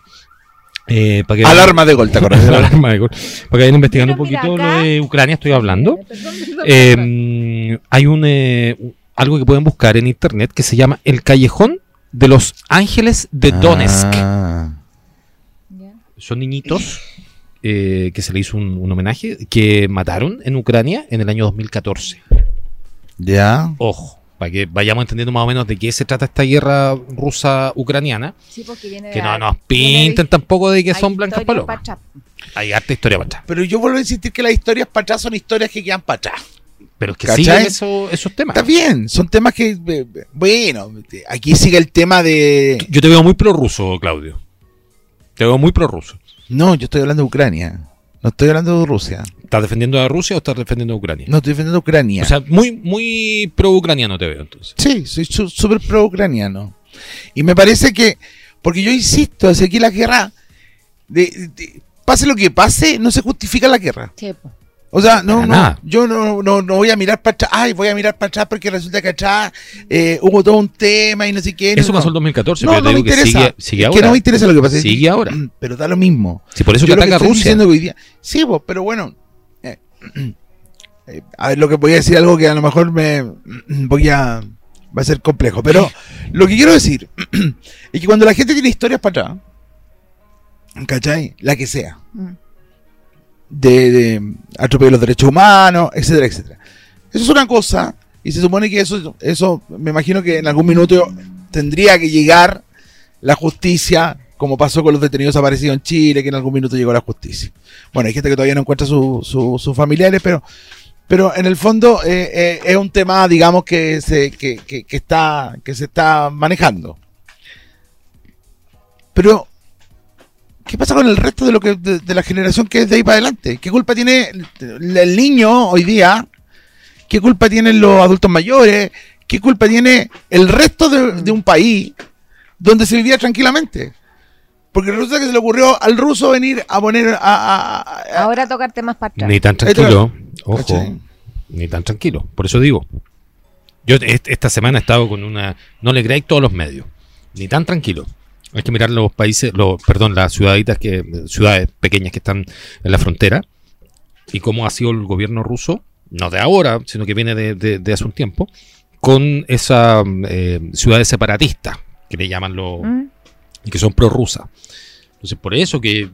E: Eh, para que
C: Alarma de gol, ¿te acordás?
E: alarma de gol. Para que vayan investigando un
D: Pero mira,
E: poquito
D: acá-
E: lo de Ucrania, estoy hablando.
D: Perdón, perdón, perdón.
E: Eh, hay un eh, algo que pueden buscar en internet que se llama el callejón de los ángeles de Donetsk.
C: Ah.
D: Ya.
E: Son niñitos eh, que se le hizo un, un homenaje que mataron en Ucrania en el año 2014.
C: Ya.
E: Ojo, para que vayamos entendiendo más o menos de qué se trata esta guerra rusa-ucraniana.
F: Sí, porque viene
E: Que
F: de-
E: no nos
F: viene
E: pinten
F: de-
E: tampoco de que
F: hay
E: son blancas
F: historia para
E: palomas.
F: atrás.
E: Hay harta historia para atrás.
C: Pero yo vuelvo a insistir que las historias para atrás son historias que quedan para atrás.
E: Pero es que
C: ¿Cachai?
E: siguen eso- esos temas.
C: Está bien, son temas que. eh, Bueno, aquí sigue el tema de.
E: Yo te veo muy prorruso, Claudio. Te veo muy prorruso.
C: No, yo estoy hablando de Ucrania. No estoy hablando de Rusia.
E: ¿Estás defendiendo a Rusia o estás defendiendo a Ucrania?
C: No, estoy defendiendo a Ucrania.
E: O sea, muy, muy pro-ucraniano te veo entonces.
C: Sí, soy su- súper pro-ucraniano. Y me parece que, porque yo insisto, hacia aquí la guerra, de, de- pase lo que pase, no se justifica la guerra.
F: Sí, po.
C: O sea, no,
E: Para
C: no,
E: nada.
C: yo no, no, no voy a mirar para atrás, ay, voy a mirar para atrás porque resulta que atrás eh, hubo todo un tema y no sé qué.
E: Eso
C: Eh, no,
E: pasó
C: no.
E: en 2014,
C: No,
E: pero yo
C: no
E: te
C: me
E: digo que
C: interesa.
E: sigue, sigue
C: Es
E: ahora.
C: que no me interesa lo que pasa.
E: Sigue ahora.
C: Mm, Pero da lo mismo.
E: Si por eso
C: Yo
E: que
C: lo que
E: ataca
C: estoy
E: Rusia.
C: diciendo que hoy día- Sí, vos, pero bueno. eh, eh, a ver, lo que voy a decir algo que a lo mejor me voy a. Va a ser complejo. Pero lo que quiero decir es que cuando la gente tiene historias para atrás, ¿cachai? La que sea.
F: Mm.
C: De, de atropello de los derechos humanos, etcétera, etcétera. Eso es una cosa, y se supone que eso, eso me imagino que en algún minuto tendría que llegar la justicia, como pasó con los detenidos aparecidos en Chile, que en algún minuto llegó la justicia. Bueno, hay gente que todavía no encuentra su- su- sus familiares, pero, pero en el fondo eh, eh, es un tema, digamos, que se, que, que- que está, que se está manejando. Pero, ¿qué pasa con el resto de, lo que, de, de la generación que es de ahí para adelante? ¿Qué culpa tiene el, el niño hoy día? ¿Qué culpa tienen los adultos mayores? ¿Qué culpa tiene el resto de, de un país donde se vivía tranquilamente? Porque resulta que se le ocurrió al ruso venir a poner a- a- a- a,
F: Ahora tocar temas para atrás.
E: Ni tan tranquilo. Ojo.
C: ¿Cachai?
E: Ni tan tranquilo. Por eso digo. Yo est- esta semana he estado con una. No le creáis todos los medios. Ni tan tranquilo. Hay que mirar los países, los, perdón, las ciudaditas que, ciudades pequeñas que están en la frontera y cómo ha sido el gobierno ruso, no de ahora, sino que viene de, de- de hace un tiempo, con esas ciudades separatistas que le llaman los,
F: Mm.
E: y que son prorrusas. Entonces, por eso que eh,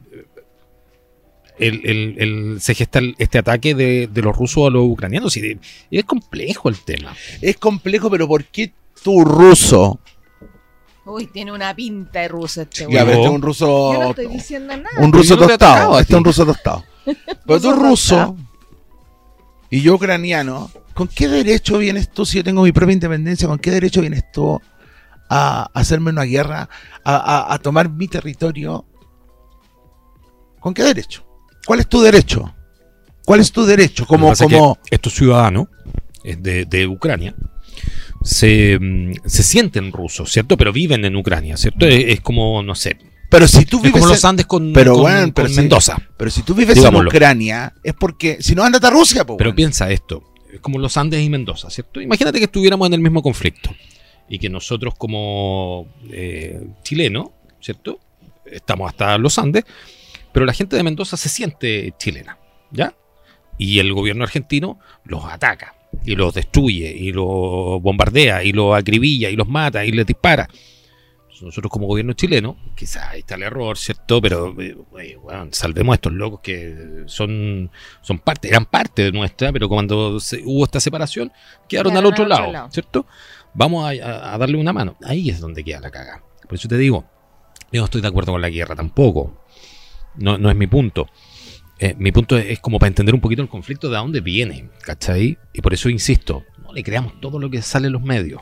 E: el- el- el- se gesta el- este ataque de, de los rusos a los ucranianos. Y de- y es complejo el tema.
C: Es complejo, pero ¿por qué tu ruso?
F: Uy, tiene una pinta de ruso este
C: Ya,
F: güey.
E: Yo-
C: pero este es un ruso.
F: Yo no estoy diciendo nada.
C: un
E: yo
C: ruso
E: no te he atacado
C: tostado.
E: a
C: Este
E: ti.
C: es un ruso tostado. Pero tú
F: Ruso
C: ruso
F: tostado.
C: y yo ucraniano, ¿con qué derecho vienes tú si yo tengo mi propia independencia? ¿Con qué derecho vienes tú a hacerme una guerra, a, a- a tomar mi territorio? ¿Con qué derecho? ¿Cuál es tu derecho? ¿Cuál es tu derecho?
E: Lo
C: Como,
E: que pasa es que
C: como,
E: estos ciudadanos eh, de, de Ucrania se, mm, se sienten rusos, ¿cierto? Pero viven en Ucrania, ¿cierto? Es, es como, no sé,
C: pero si tú
E: es
C: vives
E: como
C: en-
E: los Andes con,
C: pero
E: con-
C: bueno,
E: con
C: pero sí.
E: Mendoza.
C: Pero si tú vives en
E: Digámoslo.
C: Ucrania, es porque. Si no, andate a Rusia, po,
E: Pero
C: weón.
E: piensa esto, es como los Andes y Mendoza, ¿cierto? Imagínate que estuviéramos en el mismo conflicto y que nosotros como eh, chilenos, ¿cierto? Estamos hasta los Andes, pero la gente de Mendoza se siente chilena, ¿ya? Y el gobierno argentino los ataca y los destruye y los bombardea y los acribilla y los mata y les dispara. Entonces, Nosotros como gobierno chileno, quizás ahí está el error, ¿cierto? Pero, eh, oye, weón, salvemos a estos locos que son son parte, eran parte de nuestra, pero cuando se- hubo esta separación, quedaron
F: Quedaron
E: al otro,
F: al otro
E: lado,
F: lado.
E: ¿cierto? Vamos a, a- a darle una mano. Ahí es donde queda la caga. Por eso te digo, yo no estoy de acuerdo con la guerra tampoco. No, no es mi punto. Eh, mi punto es, es como para entender un poquito el conflicto de a dónde viene, ¿cachai? Y por eso insisto, no le creamos todo lo que sale en los medios.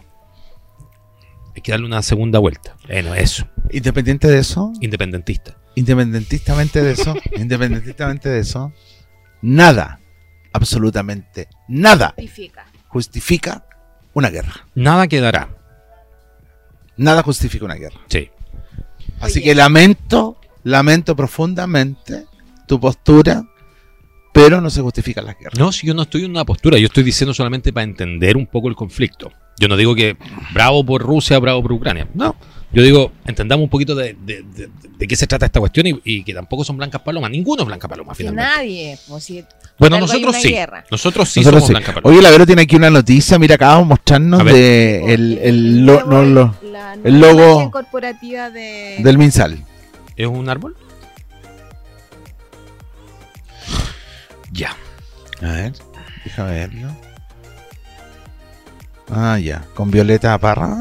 E: Hay que darle una segunda vuelta. Bueno, eso.
C: Independiente de eso,
E: Independentista.
C: independentistamente de eso, independentistamente de eso, nada, absolutamente nada
F: Justifica.
C: justifica una guerra.
E: Nada quedará.
C: Nada justifica una guerra.
E: Sí.
C: Así
F: Oye.
C: que lamento, lamento profundamente tu postura, pero no se justifica la guerra.
E: No, si yo no estoy en una postura, yo estoy diciendo solamente para entender un poco el conflicto. Yo no digo que bravo por Rusia, bravo por Ucrania. No, yo digo, entendamos un poquito de, de- de- de qué se trata esta cuestión y, y que tampoco son blancas palomas. Ninguno es blanca paloma,
F: Que
E: finalmente.
F: nadie. Como si,
E: Bueno,
F: algo hay
E: nosotros
F: una
E: sí.
F: guerra.
E: Nosotros sí
C: Nosotros
E: somos
C: sí.
E: blancas palomas.
C: Oye, la Vero tiene aquí una noticia, mira, acabamos de
E: A
C: mostrarnos
E: ver.
C: de el, el lo- no, lo-
F: la
C: el logo
F: imagen corporativa de,
C: del Minsal.
E: ¿Es un árbol? Ya.
C: A ver, déjame verlo. Ah, ya. Con Violeta Parra.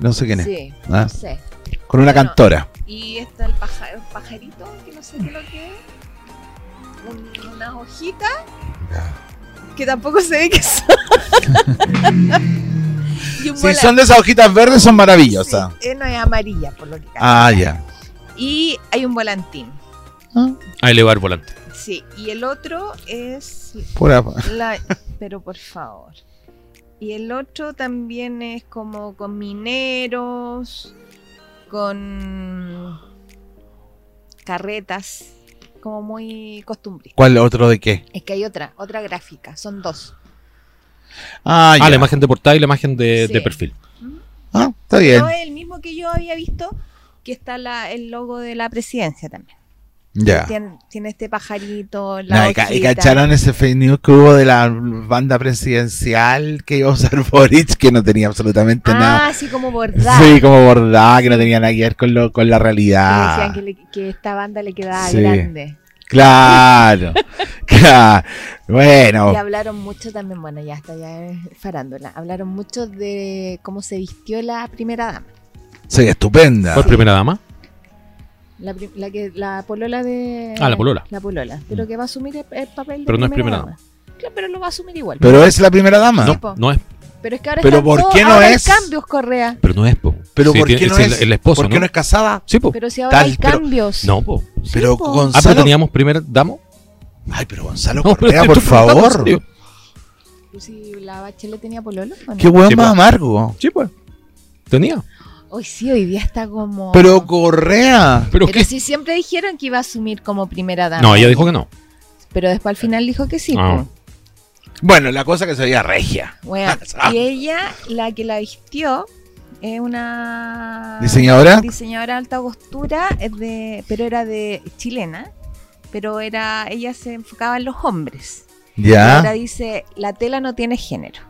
C: No sé quién es.
F: Sí,
C: Ah,
F: no sé.
C: Con una
D: Bueno.
C: cantora.
D: Y está el paja- el pajarito, que no sé qué es lo que es. Un- una hojita que tampoco se ve que son. y un
C: Si
D: bola-
C: son de esas hojitas verdes, son maravillosas.
D: Sí, eh, no es amarilla, por lo que
C: Ah, ya.
D: Y hay un volantín.
E: A elevar volante.
D: Sí, y el otro es
C: Pura-
D: la... Pero por favor. Y el otro también es como con mineros, con carretas, como muy costumbre.
C: ¿Cuál otro de qué?
D: Es que hay otra, otra gráfica, son dos.
C: Ah, ya.
E: Ah, la imagen de portada y la imagen de,
D: Sí.
E: de perfil.
C: Ah, está bien.
D: No es el mismo que yo había visto, que está la, el logo de la presidencia también.
C: Ya.
D: Tiene, tiene este pajarito, la
C: Ah. No, y, ca- y
D: hojita.
C: cacharon ese fake news que hubo de la banda presidencial que iba a usar Boric, que no tenía absolutamente
D: Ah,
C: nada.
D: así como bordado.
C: Sí, como bordada, que no tenía nada que ver con, lo, con la
D: Que decían
C: realidad.
D: que, le- que esta banda le quedaba
C: Sí.
D: grande.
C: Claro, claro. Bueno,
F: Y hablaron mucho también, bueno, ya está, ya es farándula. Hablaron mucho de cómo se vistió la primera dama.
C: soy estupenda.
E: ¿Cuál primera dama?
F: La, pri- la que, la polola de.
E: Ah, la polola. Mm.
F: La polola. Pero que va a asumir el, el papel de.
E: Pero no es primera
F: Claro, pero lo va a asumir igual.
C: Pero es la primera dama.
F: Sí, po.
E: No es,
F: Pero es que ahora
C: pero
F: están
C: ¿por
F: todos-
C: qué no
F: ahora hay
C: es?
F: cambios, Correa.
E: pero no es, po.
C: Pero
E: Sí,
C: ¿por qué
E: tiene-
C: no
E: es el,
C: es?
E: el esposo,
C: ¿Por qué
E: ¿no?
C: no? es casada?
E: Sí, po.
F: Pero si ahora
C: Oh, Tal,
F: hay
C: pero-
F: cambios.
E: No, po.
C: pero
F: po.
E: Ah, pero
C: Gonzalo.
E: teníamos primera dama.
C: Ay, pero Gonzalo
E: No,
C: Correa,
E: pero
C: por
E: te estoy preguntando,
C: favor.
E: en serio.
F: Si la bachelet tenía pololo. ¿o no?
C: Qué hueón
E: Sí,
C: más
E: po.
C: amargo.
E: Sí, pues. Tenía.
F: Hoy sí, hoy día está como.
C: Pero Correa.
E: Pero,
F: Pero
E: qué.
F: sí, siempre dijeron que iba a asumir como primera dama.
E: No, ella dijo que no.
F: Pero después al final dijo que sí. pues.
E: Ah.
F: po.
C: Bueno, la cosa que se veía regia.
F: Bueno,
C: Ah.
D: Y ella, la que la vistió, es una
C: ¿Diseñadora?
D: diseñadora de alta costura, es de, pero era de chilena, pero era ella se enfocaba en los hombres. Y Ahora
C: Ya.
D: dice, la tela no tiene género.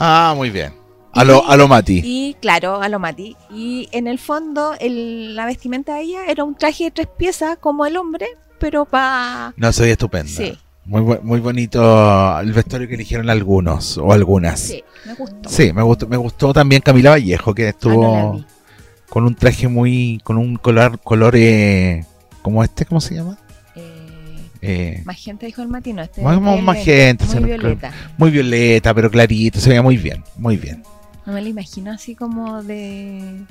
C: Ah, muy bien. A lo, a lo Mati.
D: Y claro, a lo Mati. Y en el fondo, el- la vestimenta de ella era un traje de tres piezas como el hombre, pero para...
C: No, soy estupenda.
D: Sí.
C: Muy, bu- muy bonito el vestuario que eligieron algunos o algunas.
F: Sí,
D: Me gustó.
C: Sí, me gustó, me gustó también Camila Vallejo, que
F: Ah, no
C: estuvo
F: la vi.
C: con un traje muy. con un color. color eh, como este, ¿cómo se llama?
F: Eh,
C: Eh,
F: magenta dijo el matino. Este
C: Más-
F: es
C: más-
F: el-
C: magenta,
F: Muy
C: señor-
F: violeta.
C: muy violeta, pero clarito, se veía muy bien, muy bien.
F: No me la imagino así como de.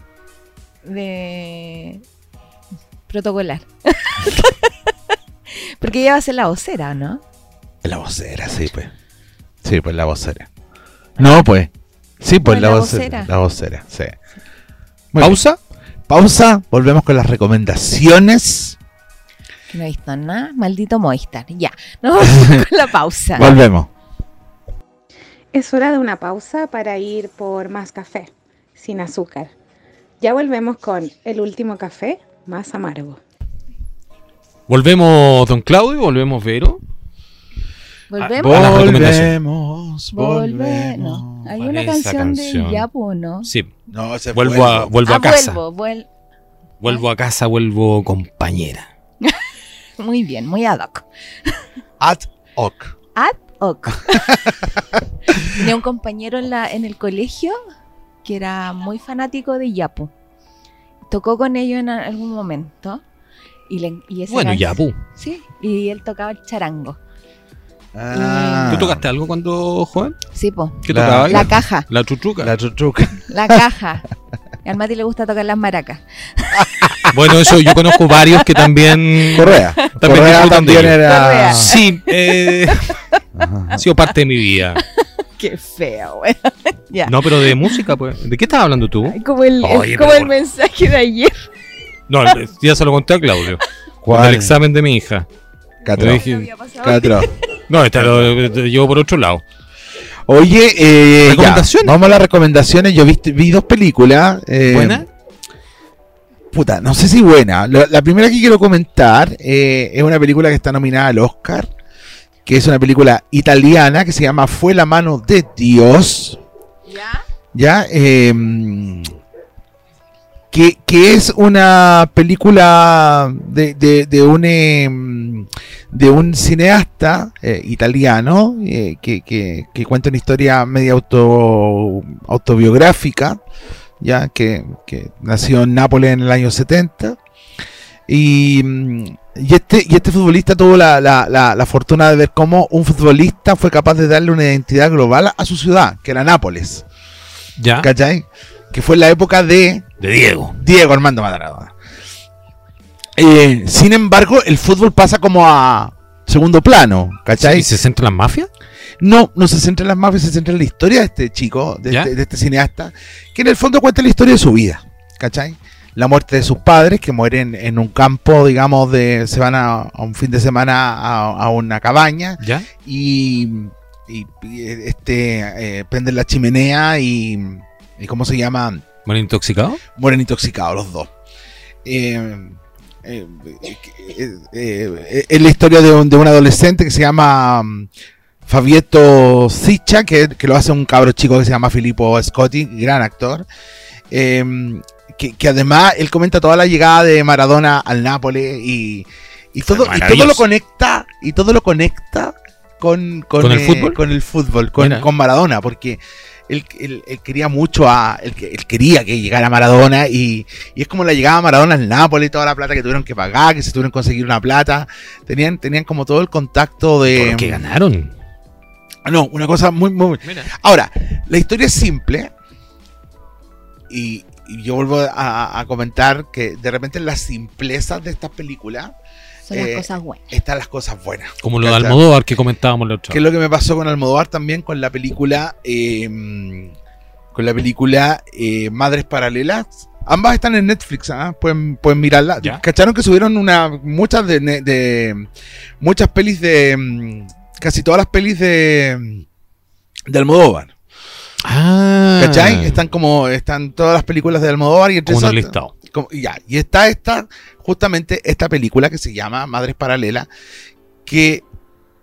F: de. protocolar. Porque ella va a ser la vocera, ¿o ¿no?
C: La vocera, sí, pues. Sí, pues la vocera. No, pues. Sí, pues
F: Pues
C: la,
F: la
C: vocera.
F: vocera.
C: La vocera, sí. Muy bien.
E: Pausa.
C: Pausa, volvemos con las recomendaciones.
F: Que no he visto nada. Maldito Moistar. Ya. Nos vamos con la pausa.
C: Volvemos.
B: Es hora de una pausa para ir por más café, sin azúcar. Ya volvemos con el último café más amargo.
E: Volvemos, don Claudio. Volvemos, Vero.
F: Volvemos.
E: Ah, las
C: Volvemos,
F: Volve- no.
C: volvemos.
F: Hay
E: ¿Cuál
F: una
E: es esa
F: canción,
E: canción?
F: de Yapo, ¿no?
E: Sí.
C: No, se
E: Vuelvo a, vuelvo
F: Ah,
E: a casa.
F: Vuelvo, vuel-
E: Vuelvo a casa, vuelvo compañera.
F: Muy bien, muy ad hoc.
C: Ad hoc.
F: Ok. Tenía un compañero en, la, en el colegio que era muy fanático de Yapu. Tocó con ellos en a- algún momento. Y, le, y esa
E: Bueno,
F: can-
E: ya, pu.
F: Sí, y él tocaba el charango.
C: Ah.
E: ¿Tú tocaste algo cuando joven?
F: Sí, po.
E: ¿Qué
C: La-
E: tocabas?
F: La caja,
E: La chuchuca.
C: La chuchuca.
F: la caja. Y al Mati le gusta tocar las maracas.
E: Bueno, eso yo conozco varios que también.
C: Correa.
E: También
C: Correa
E: disfrutan
C: también
E: de ello.
C: era.
F: Correa.
E: Sí, eh,
C: Ajá.
E: ha sido parte de mi vida.
F: Qué feo, güey.
E: No, pero de música, pues. ¿De qué estás hablando tú?
F: Como el,
E: Oye,
F: como
E: pero
F: el
E: bueno.
F: mensaje de ayer.
E: No, eh, ya se lo conté a Claudio.
C: ¿Cuál?
E: El examen de mi hija.
C: Catro.
E: Le dije-
C: Catro.
E: No, esta lo, te llevo por otro lado.
C: Oye, eh, ya.
E: Recomendaciones.
C: vamos a las recomendaciones. Yo viste- vi, dos películas. eh,
E: ¿Buena?
C: Puta, no sé si buena. La, la primera que quiero comentar eh, es una película que está nominada al Oscar, que es una película italiana que se llama Fue la mano de Dios. Ya. Ya. eh, que, que es una película de, de, de un eh, de un cineasta eh, italiano eh, que, que- que cuenta una historia media auto, autobiográfica, ya que, que nació en Nápoles en el año 70. Y, mm, y este, y este futbolista tuvo la, la- la- la fortuna de ver cómo un futbolista fue capaz de darle una identidad global a su ciudad, que era Nápoles,
E: Ya.
C: ¿cachai? Que fue la época de
E: Ah. De Diego.
C: Diego Armando Maradona. Eh, sin embargo, el fútbol pasa como a segundo plano, ¿cachai?
E: ¿Y se centra en las mafias?
C: No, no se centra en las mafias, se centra en la historia de este chico, de,
E: ¿Ya?
C: este, de este cineasta, que en el fondo cuenta la historia de su vida, ¿cachai? La muerte de sus padres, que mueren en un campo, digamos, de se van a, a un fin de semana a, a una cabaña
E: ¿Ya?
C: y, y- y, eh, este eh, prenden la chimenea y, y ¿cómo se llama?
E: ¿Bueno, intoxicado?
C: mueren intoxicados los dos. Eh, eh, eh, eh, es la historia de un, de un adolescente que se llama mm, Fabieto Sicha, que, que lo hace un cabro chico que se llama Filippo Scotti, gran actor. Eh, que, que además él comenta toda la llegada de Maradona al Nápoles y, y todo, y todo lo
E: Maravilloso.
C: conecta y todo lo conecta con, con,
E: ¿Con el
C: eh,
E: fútbol?
C: con el fútbol, con,
E: Mira.
C: con Maradona, porque él, él- él quería mucho a. Él, que- él quería que llegara Maradona y, y es como la llegada de Maradona al Nápoles, toda la plata que tuvieron que pagar, que se tuvieron que conseguir una plata. Tenían, tenían como todo el contacto
E: Por
C: de.
E: lo que ganaron.
C: No, una cosa muy, muy.
E: Mira.
C: Ahora, la historia es simple. Y, y yo vuelvo a, a comentar que de repente en la simpleza de estas películas
F: Son las
C: Eh,
F: cosas buenas.
C: están las cosas buenas.
E: Como lo de
C: ¿Cachai?
E: Almodóvar que comentábamos la otra
C: Que
E: vez.
C: es lo que me pasó con Almodóvar también con la película. eh, con la película eh, Madres Paralelas. Ambas están en Netflix, ¿ah? pueden, pueden mirarla.
E: Ya.
C: ¿Cacharon que subieron una, muchas de, ne- de- muchas pelis de. mm, casi todas las pelis de. de Almodóvar.
E: Ah.
C: ¿Cachai? Están como. Están todas las películas de Almodóvar y entre
E: Como en el
C: esas-
E: listado.
C: como- ya, y está esta, justamente esta película que se llama Madres Paralelas, que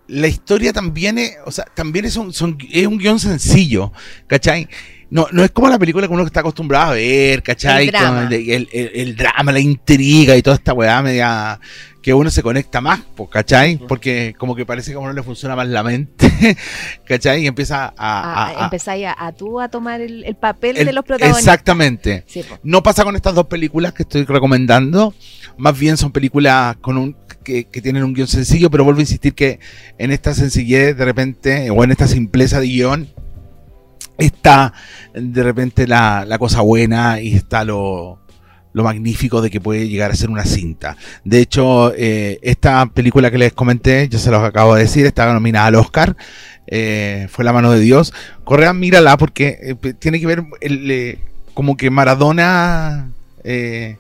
C: la historia también es, o sea, también es un, son- es un guión sencillo, ¿cachai? No, no es como la película que uno está acostumbrado a ver, ¿cachai?
F: El drama.
C: Con El, el- el- el drama, la intriga y toda esta weá media que uno se conecta más, po, ¿cachai? Porque como que parece que a uno le funciona más la mente, ¿cachai? Y empieza a...
E: ah,
C: a-
F: A-
C: a-
F: Ah, empezáis a, a tú a tomar el, el papel
C: el-
F: de los protagonistas.
C: Exactamente.
F: Sí, po.
C: No pasa con estas dos películas que estoy recomendando. Más bien son películas con un que, que tienen un guión sencillo, pero vuelvo a insistir que en esta sencillez, de repente, o en esta simpleza de guión, está de repente la, la cosa buena y está lo, lo magnífico de que puede llegar a ser una cinta. De hecho, eh, esta película que les comenté, yo se los acabo de decir, está nominada al Oscar. eh, fue la mano de Dios. Correa, mírala porque eh, pe- tiene que ver el, eh, como que Maradona eh,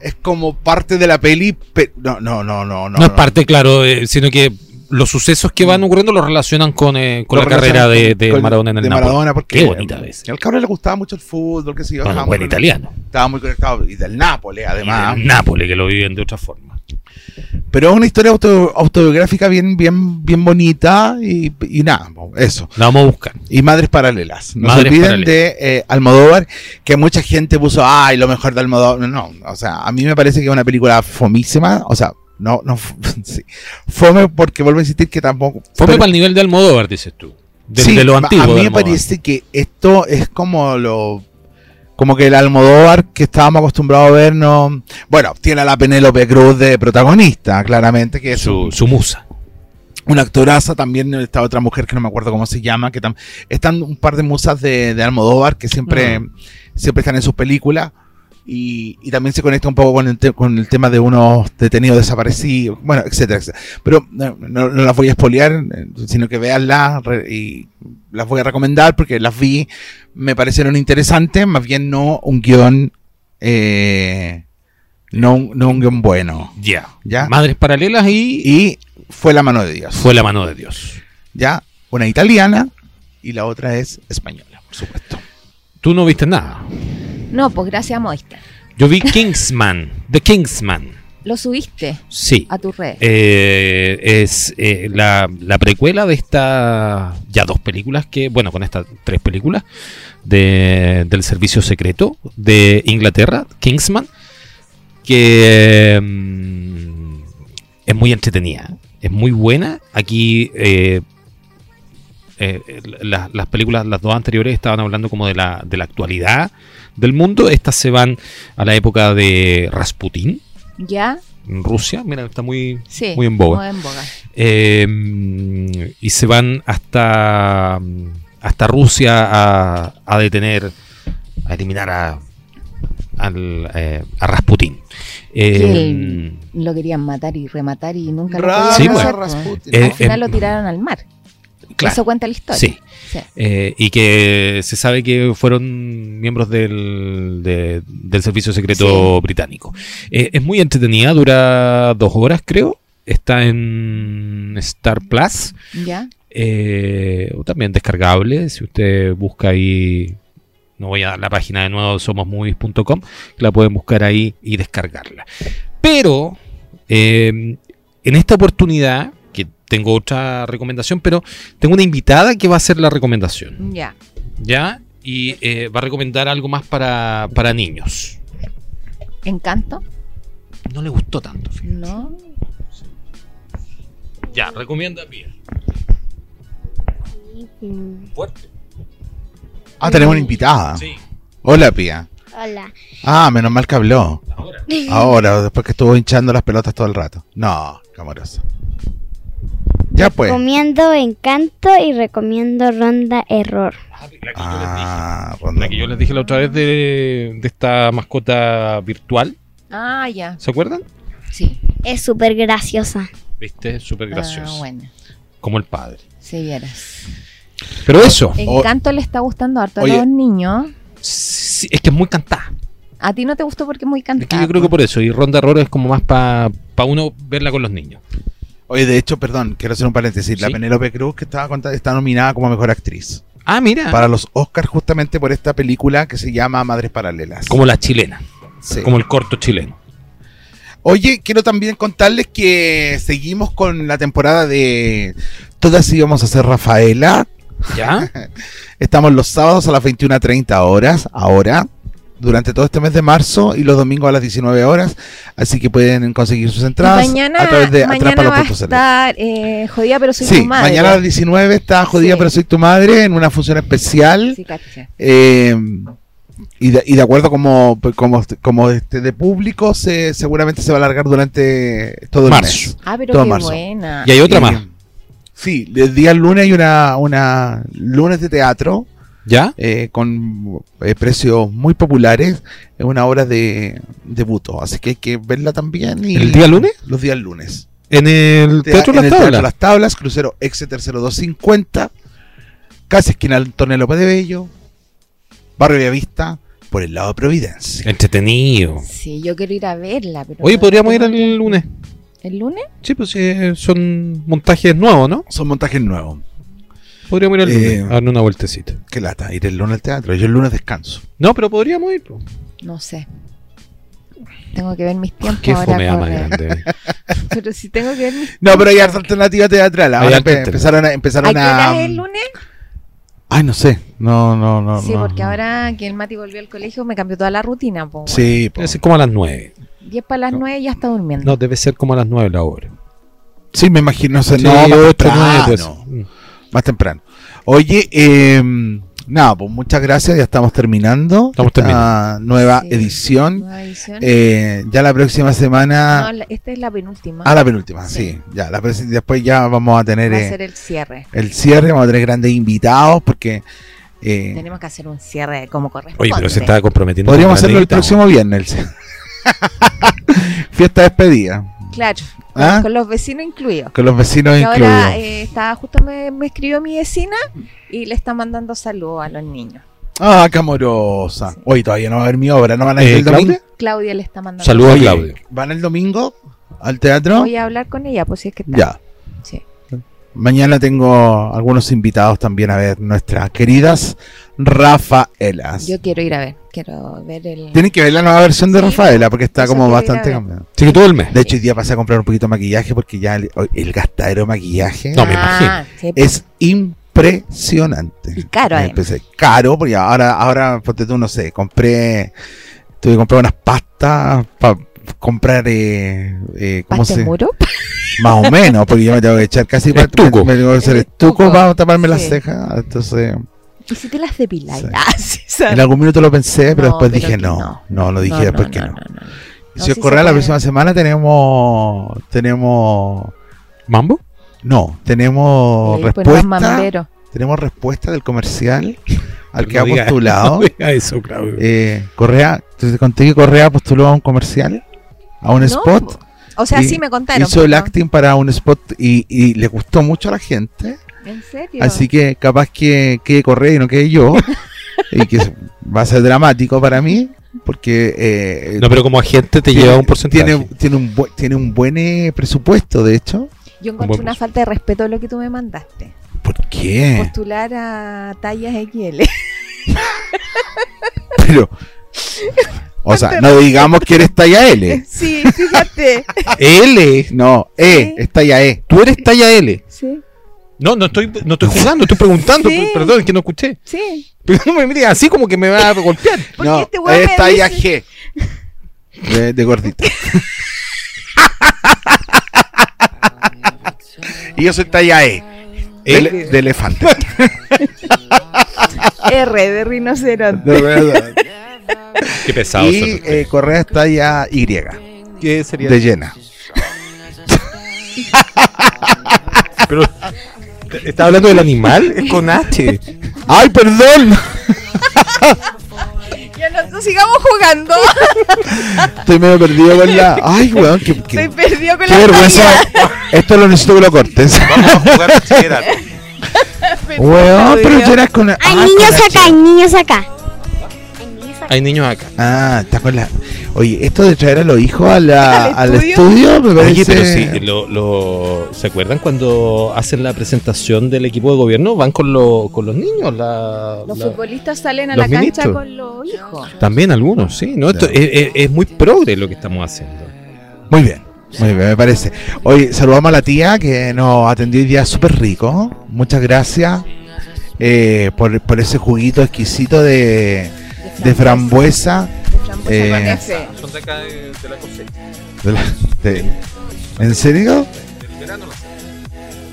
C: es como parte de la peli. pe- no, no, no, no, no.
E: No es
C: no.
E: parte, claro, eh, sino que los sucesos que van ocurriendo los relacionan con, eh, con
C: Lo
E: la carrera de,
C: relacionan
E: de
C: con- con-
E: Maradona en el
C: de
E: Napoli.
C: Maradona porque
E: Qué bonita es.
C: Al cabrón le gustaba mucho el fútbol, qué sé yo.
E: Bueno,
C: estaba muy
E: buen
C: conectado-
E: italiano.
C: Estaba muy conectado. Y del Nápoles, además.
E: Y del Nápoles, que lo viven de otra forma.
C: Pero es una historia auto- autobiográfica bien, bien, bien bonita y, y nada, eso.
E: La vamos a buscar.
C: Y Madres Paralelas. No se
E: Madres
C: olviden
E: Paralelas.
C: de eh, Almodóvar, que mucha gente puso, ay, lo mejor de Almodóvar. No, o sea, a mí me parece que es una película fomísima, o sea, no, no, sí. fome porque vuelvo a insistir que tampoco...
E: Fome
C: pero-
E: para el nivel de Almodóvar, dices tú. De, de lo
C: a-
E: antiguo.
C: A mí
E: de
C: me
E: Almodóvar.
C: parece que esto es como lo. Como que el Almodóvar que estábamos acostumbrados a ver no. Bueno, tiene a la Penélope Cruz de protagonista, claramente, que es
E: Su,
C: un-
E: su musa.
C: una actoraza. También está otra mujer que no me acuerdo cómo se llama. que tam- Están un par de musas de, de Almodóvar que siempre, siempre están en sus películas. Y, y también se conecta un poco con el, te- con el tema de unos detenidos desaparecidos, bueno, etcétera, etcétera. Pero no, no- no las voy a espolear, eh, sino que veanlas re- y las voy a recomendar porque las vi, me parecieron interesantes, más bien no un guión, eh, no, un- no un guión bueno.
E: Ya.
C: Ya.
E: Madres paralelas y,
C: Y fue la mano de Dios.
E: fue la mano de Dios.
C: ¿ya? Una italiana y la otra es española, por supuesto.
E: Tú no viste nada.
F: No, pues gracias a Moista.
E: Yo vi Kingsman. The Kingsman.
F: Lo subiste
E: Sí.
F: a tus redes.
E: Eh, es eh, la, la precuela de esta ya dos películas que bueno con estas tres películas de, del servicio secreto de Inglaterra Kingsman que mm, es muy entretenida, es muy buena. Aquí eh, eh, la- las películas, las dos anteriores estaban hablando como de la, de la actualidad del mundo. Estas se van a la época de Rasputín,
D: ¿Ya?
E: en Rusia. Mira, está muy,
D: Sí.
E: muy en boga.
D: muy en boga.
E: Eh, y se van hasta, hasta Rusia a, a detener, a eliminar a, al, eh, a Rasputín. Eh,
D: Lo querían matar y rematar y nunca lo
E: Ra-
D: podían
E: Sí,
C: pues.
D: hacer,
E: bueno.
D: po.
C: Rasputin.
E: Eh,
D: Al final
E: eh,
D: lo tiraron al mar.
E: claro,
D: Eso cuenta la historia.
E: sí.
D: Sí.
E: Eh, y que se sabe que fueron miembros del, de- del Servicio Secreto Británico. Eh, es muy entretenida, dura dos horas creo. Está en Star Plus,
D: ¿Ya?
E: eh, o también descargable. Si usted busca ahí, no voy a dar la página de nuevo, somosmovies.com, la pueden buscar ahí y descargarla. Pero eh, en esta oportunidad, que tengo otra recomendación, pero tengo una invitada que va a hacer la recomendación.
D: Ya.
E: ¿Ya? Y eh, va a recomendar algo más para, para niños.
D: ¿Encanto?
E: No le gustó tanto. fíjate.
D: No.
E: Ya, recomienda bien. Fuerte.
C: Ah, tenemos una invitada.
E: Sí,
C: Hola, Pía.
G: Hola.
C: Ah, menos mal que habló.
E: ahora.
C: Ahora, después que estuvo hinchando las pelotas todo el rato. No, camaroso. Ya pues.
G: Recomiendo Encanto y recomiendo Ronda Error.
E: Ah, La que,
C: Ah,
E: yo les dije,
C: Ronda.
E: la que yo les dije la otra vez de, de esta mascota virtual.
D: Ah, ya.
E: ¿Se acuerdan?
D: Sí.
G: Es súper graciosa.
E: Viste, súper gracioso.
D: Ah, bueno.
E: Como el padre.
D: Si vieras.
E: Pero eso.
D: Eh, Encanto le está gustando harto
C: Oye.
D: a los niños.
E: sí, es que es muy cantada.
D: A ti no te gustó porque es muy
E: Es que
D: cantada.
E: yo creo que por eso. Y Ronda Error es como más para uno verla con los niños.
C: Oye, de hecho, perdón, quiero hacer un paréntesis. La
E: Sí.
C: Penélope Cruz que estaba contando está nominada como mejor actriz
E: Ah, mira.
C: para los Oscars justamente por esta película que se llama Madres Paralelas.
E: Como la chilena.
C: Sí.
E: Como el corto chileno.
C: Oye, quiero también contarles que seguimos con la temporada de Todas íbamos a ser Rafaela.
E: ¿Ya?
C: Estamos los sábados a las 21.30 horas, ahora, durante todo este mes de marzo y los domingos a las 19 horas. Así que pueden conseguir sus
D: Y
C: entradas
D: mañana,
C: a través de
D: mañana va a
C: atrapalo.cl.
D: estar eh, jodida, pero soy
C: Sí,
D: tu madre.
C: mañana a las 19 está Jodida
D: Sí.
C: pero soy tu madre en una función especial.
D: Sí, caché.
C: Eh, y, de, y de acuerdo como, como, como este de público, se, seguramente se va a alargar durante todo el
E: Marzo.
C: mes.
D: Ah, pero
C: Todo
D: qué
C: marzo.
D: buena.
E: Y hay otra
C: Y,
E: más.
C: Eh, Sí, el día lunes hay una, una lunes de teatro
E: ¿Ya?
C: eh, con eh, precios muy populares. Es una obra de debuto, así que hay que verla también. y-
E: ¿El día lunes?
C: Los días lunes.
E: En el Teatro
C: en
E: Las
C: el Teatro
E: Tablas.
C: Las Tablas, crucero Exeter 0250, casi esquina Antonio López de Bello, Barrio Villavista, por el lado de Providencia.
E: Entretenido.
D: Sí, yo quiero ir a verla. Pero
E: Oye,
D: no-
E: podríamos ir el lunes.
D: ¿El lunes?
E: Sí, pues eh, son montajes nuevos, ¿no?
C: Son montajes nuevos.
E: Podríamos ir el
C: Eh,
E: lunes a darle una vueltecita.
C: Qué lata, ir el lunes al teatro. Yo el lunes descanso.
E: No, pero podríamos ir. po.
D: No sé. Tengo que ver mis tiempos
E: Qué
D: ahora.
E: fomea más
D: correr.
E: grande.
D: Pero si tengo que ver mis...
C: No, pero hay harta alternativa teatral.
E: Hay
C: Ahora
E: harta
C: empe-
E: alternativa.
C: empezaron a.
D: ¿A qué
C: Empezaron a
D: hora es el lunes?
C: Ay, no sé. No, no, no.
D: sí,
C: no,
D: porque
C: no.
D: ahora que el Mati volvió al colegio me cambió toda la rutina. Po.
C: Sí, po.
E: Debe ser como a las nueve.
D: 10 para las 9 ya está durmiendo.
E: No, debe ser como a las nueve la hora.
C: sí, me imagino. o sea,
E: Sí,
C: no, más
E: ocho, nueve,
C: temprano.
E: pues. Mm.
C: Más temprano. Oye, eh, nada, pues muchas gracias. Ya estamos terminando.
E: Estamos
C: esta
E: terminando.
C: Nueva
D: Sí.
C: edición.
D: Nueva edición.
C: Eh, ya la próxima
D: No,
C: semana.
D: la- esta es la penúltima.
C: ah, la penúltima, sí.
D: Sí.
C: ya, la presi- después ya vamos a tener
D: Va a
C: eh,
D: ser el cierre.
C: el cierre, vamos a tener grandes invitados porque eh,
D: Tenemos que hacer un cierre como corresponde.
E: Oye, pero se estaba comprometiendo.
C: podríamos
E: con
C: hacerlo el
E: Granadita,
C: próximo viernes. Fiesta despedida,
D: Claro,
C: ¿Ah?
D: con los vecinos incluidos.
C: con los vecinos
D: Que ahora
C: incluidos.
D: eh, está, justo me, me escribió mi vecina y le está mandando saludos a los niños.
C: Ah, qué amorosa. Hoy todavía no va a haber mi obra, ¿no van a ir
E: Eh,
C: el domingo?
D: Claudia le está mandando
E: Saludos a
C: Oye,
E: Claudio.
C: ¿Van el domingo al teatro?
D: Voy a hablar con ella, pues si es que está.
C: Ya.
D: Sí.
C: Mañana tengo algunos invitados también a ver nuestras queridas Rafaelas.
D: Yo quiero ir a ver, quiero ver el...
C: Tienen que ver la nueva versión de
D: Sí,
C: Rafaela porque está
D: eso
C: como
D: quiero ir
C: bastante
D: a ver.
C: cambiada.
E: Así que todo el mes.
C: De hecho, hoy día pasé a comprar un poquito de maquillaje porque ya el, el gastadero de maquillaje
E: No, me
D: Ah, sí, pues,
C: es impresionante.
D: Y caro,
C: Me
D: además.
C: empecé- caro, porque ahora, ahora, ponte tú, no sé, compré, tuve que comprar unas pastas para comprar, eh, eh, ¿cómo
D: ¿Paste
C: se?
D: muro?
C: Más o menos, porque yo me tengo que echar casi para
E: Estuco.
C: me tengo que hacer
D: El
C: estuco
D: estuco.
C: para taparme las
D: Sí.
C: cejas. Entonces,
D: ¿Y si te las depiláis?
C: Sí.
D: Ah, sí, esa-
C: en algún minuto lo pensé, pero
D: No,
C: después
D: pero
C: dije
D: que
C: no.
D: no.
C: No, lo dije después que no.
D: no, no.
C: Y
D: No,
C: si os
D: sí
C: corre
D: se
C: la
D: puede.
C: próxima semana tenemos tenemos
E: ¿Mambo?
C: no, tenemos
F: Le
D: pues,
F: ponemos
C: Oh, respuesta,
F: mambero.
C: tenemos respuesta del comercial al que
E: No
C: ha
E: diga-
C: postulado.
E: no diga eso, Claudio.
C: Eh, Correa, te conté que Correa postuló a un comercial, a un
D: No, pues,
C: spot.
D: O sea,
C: Y-
D: sí me contaron. pues,
C: hizo el
D: pero-
C: acting para un spot y, y le gustó mucho a la gente.
D: ¿En serio?
C: Así que capaz que quede Correa y no quede yo. y que va a ser dramático para mí. Porque eh,
E: No, pero como agente te
C: tiene-
E: lleva un porcentaje.
C: Tiene, tiene un, bu- tiene un buen eh, presupuesto, de hecho.
D: Yo
E: Un
D: encontré una
E: buen presupuesto.
D: falta de respeto a lo que tú me mandaste.
C: ¿Por qué?
D: Postular a tallas XL.
C: Pero. O sea, no digamos que eres talla L.
D: sí, fíjate.
E: L.
C: No, E,
D: Sí.
C: es talla E.
E: Tú eres talla L.
D: Sí,
E: No, no estoy, no estoy jugando, estoy preguntando.
D: Sí.
E: per- Perdón, es que no escuché.
D: sí.
E: Pero no me mires así como que me va a golpear.
D: Porque
C: no,
D: este weón
C: es
D: me
C: talla
D: dice-
C: G. De, de gordito. y yo soy talla E. De,
E: L.
C: ele- de elefante.
D: R de rinoceronte.
C: De verdad.
E: Qué pesado.
C: y eh, Correa es talla Y. De
E: ¿Qué sería?
C: llena.
E: Pero, ¿Está hablando del animal? Es con H.
C: ¡Ay, perdón!
D: Ya no, no sigamos jugando.
C: Estoy medio perdido con la. ¡Ay, weón! ¡Qué, qué-
D: Estoy perdido con
C: qué
D: la
C: vergüenza!
D: talla.
C: Esto lo necesito que lo cortes.
E: Vamos a jugar a Gerard.
C: Weón, pero
D: Dios.
C: llenas con la.
G: Hay
C: ah,
G: niños
C: con la
G: acá, hay
C: H.
G: niños acá. Hay niños acá.
E: Hay niños acá.
C: Ah, está con la. Oye, esto de traer a los hijos a la- al,
D: Al
C: estudio?
D: estudio.
C: me parece.
E: Oye, pero sí, lo, lo- ¿se acuerdan cuando hacen la presentación del equipo de gobierno? Van con, lo- con los niños. la-
D: Los
E: la-
D: futbolistas salen a
E: los
D: la cancha
E: ministros.
D: con los hijos.
E: También algunos, sí. ¿no? Esto
C: Ya.
E: es, es- es muy progre lo que estamos haciendo.
C: Muy bien, muy bien, me parece. Oye, saludamos a la tía que nos atendió hoy día súper rico. Muchas gracias eh, por, por ese juguito exquisito de, de frambuesa.
D: Frambuesa
C: Eh,
D: con F.
E: Son de acá de, la cosecha.
C: De la- de- ¿En serio?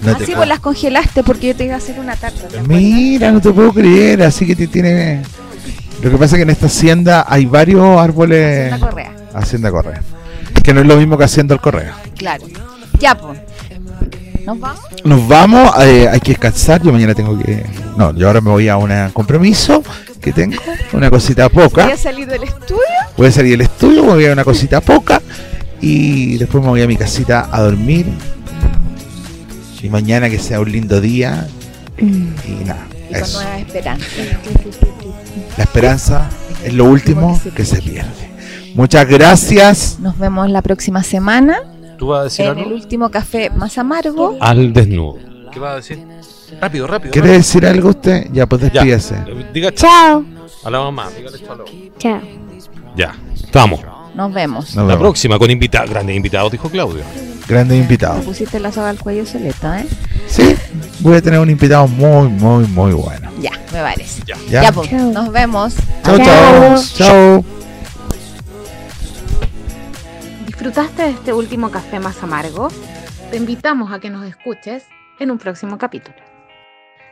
C: No
D: Así
C: te-
D: pues las congelaste porque yo te iba a hacer una tarta. ¿te acuerdas?
C: Mira, no te puedo creer, así que te tiene... Lo que pasa es que en esta hacienda hay varios árboles...
D: Una correa.
C: Hacienda Correa. Que no es lo mismo que Hacienda el Correa.
D: Claro. Ya, pues. ¿Nos vamos?
C: Nos vamos, eh, hay que descansar. Yo mañana tengo que. No, yo ahora me voy a un compromiso que tengo, una cosita
D: Voy
C: poca.
D: a salir del estudio.
C: Voy a salir del estudio, me voy a una cosita poca y después me voy a mi casita a dormir. Y mañana que sea un lindo día. Y nada,
D: Mm. Y con
C: eso.
D: nuevas esperanzas.
C: La esperanza es lo último que se pierde. Muchas gracias.
D: Nos vemos la próxima semana
E: ¿Tú vas a decir
D: en el último café más amargo.
E: Al desnudo. ¿Qué vas a decir? Rápido, rápido.
C: ¿Quiere decir algo usted? Ya, pues
E: Ya.
C: despídese.
E: Diga chao
G: Chao,
E: a la mamá. dígale chao a la mamá.
G: chao.
E: Ya, estamos.
D: Nos vemos.
C: Nos
E: La
C: vemos.
E: próxima con invitados, grandes invitados, dijo Claudio.
C: Grandes
D: Me
C: invitados.
D: pusiste la soga al cuello soleta, ¿eh?
C: Sí, voy a tener un invitado muy, muy, muy bueno.
D: Ya, me parece.
C: ¿Ya?
D: Ya, pues.
G: Chao.
D: Nos vemos.
C: Chao, chao.
G: Chao.
C: Chao.
B: ¿Disfrutaste de este último café más amargo? Te invitamos a que nos escuches en un próximo capítulo.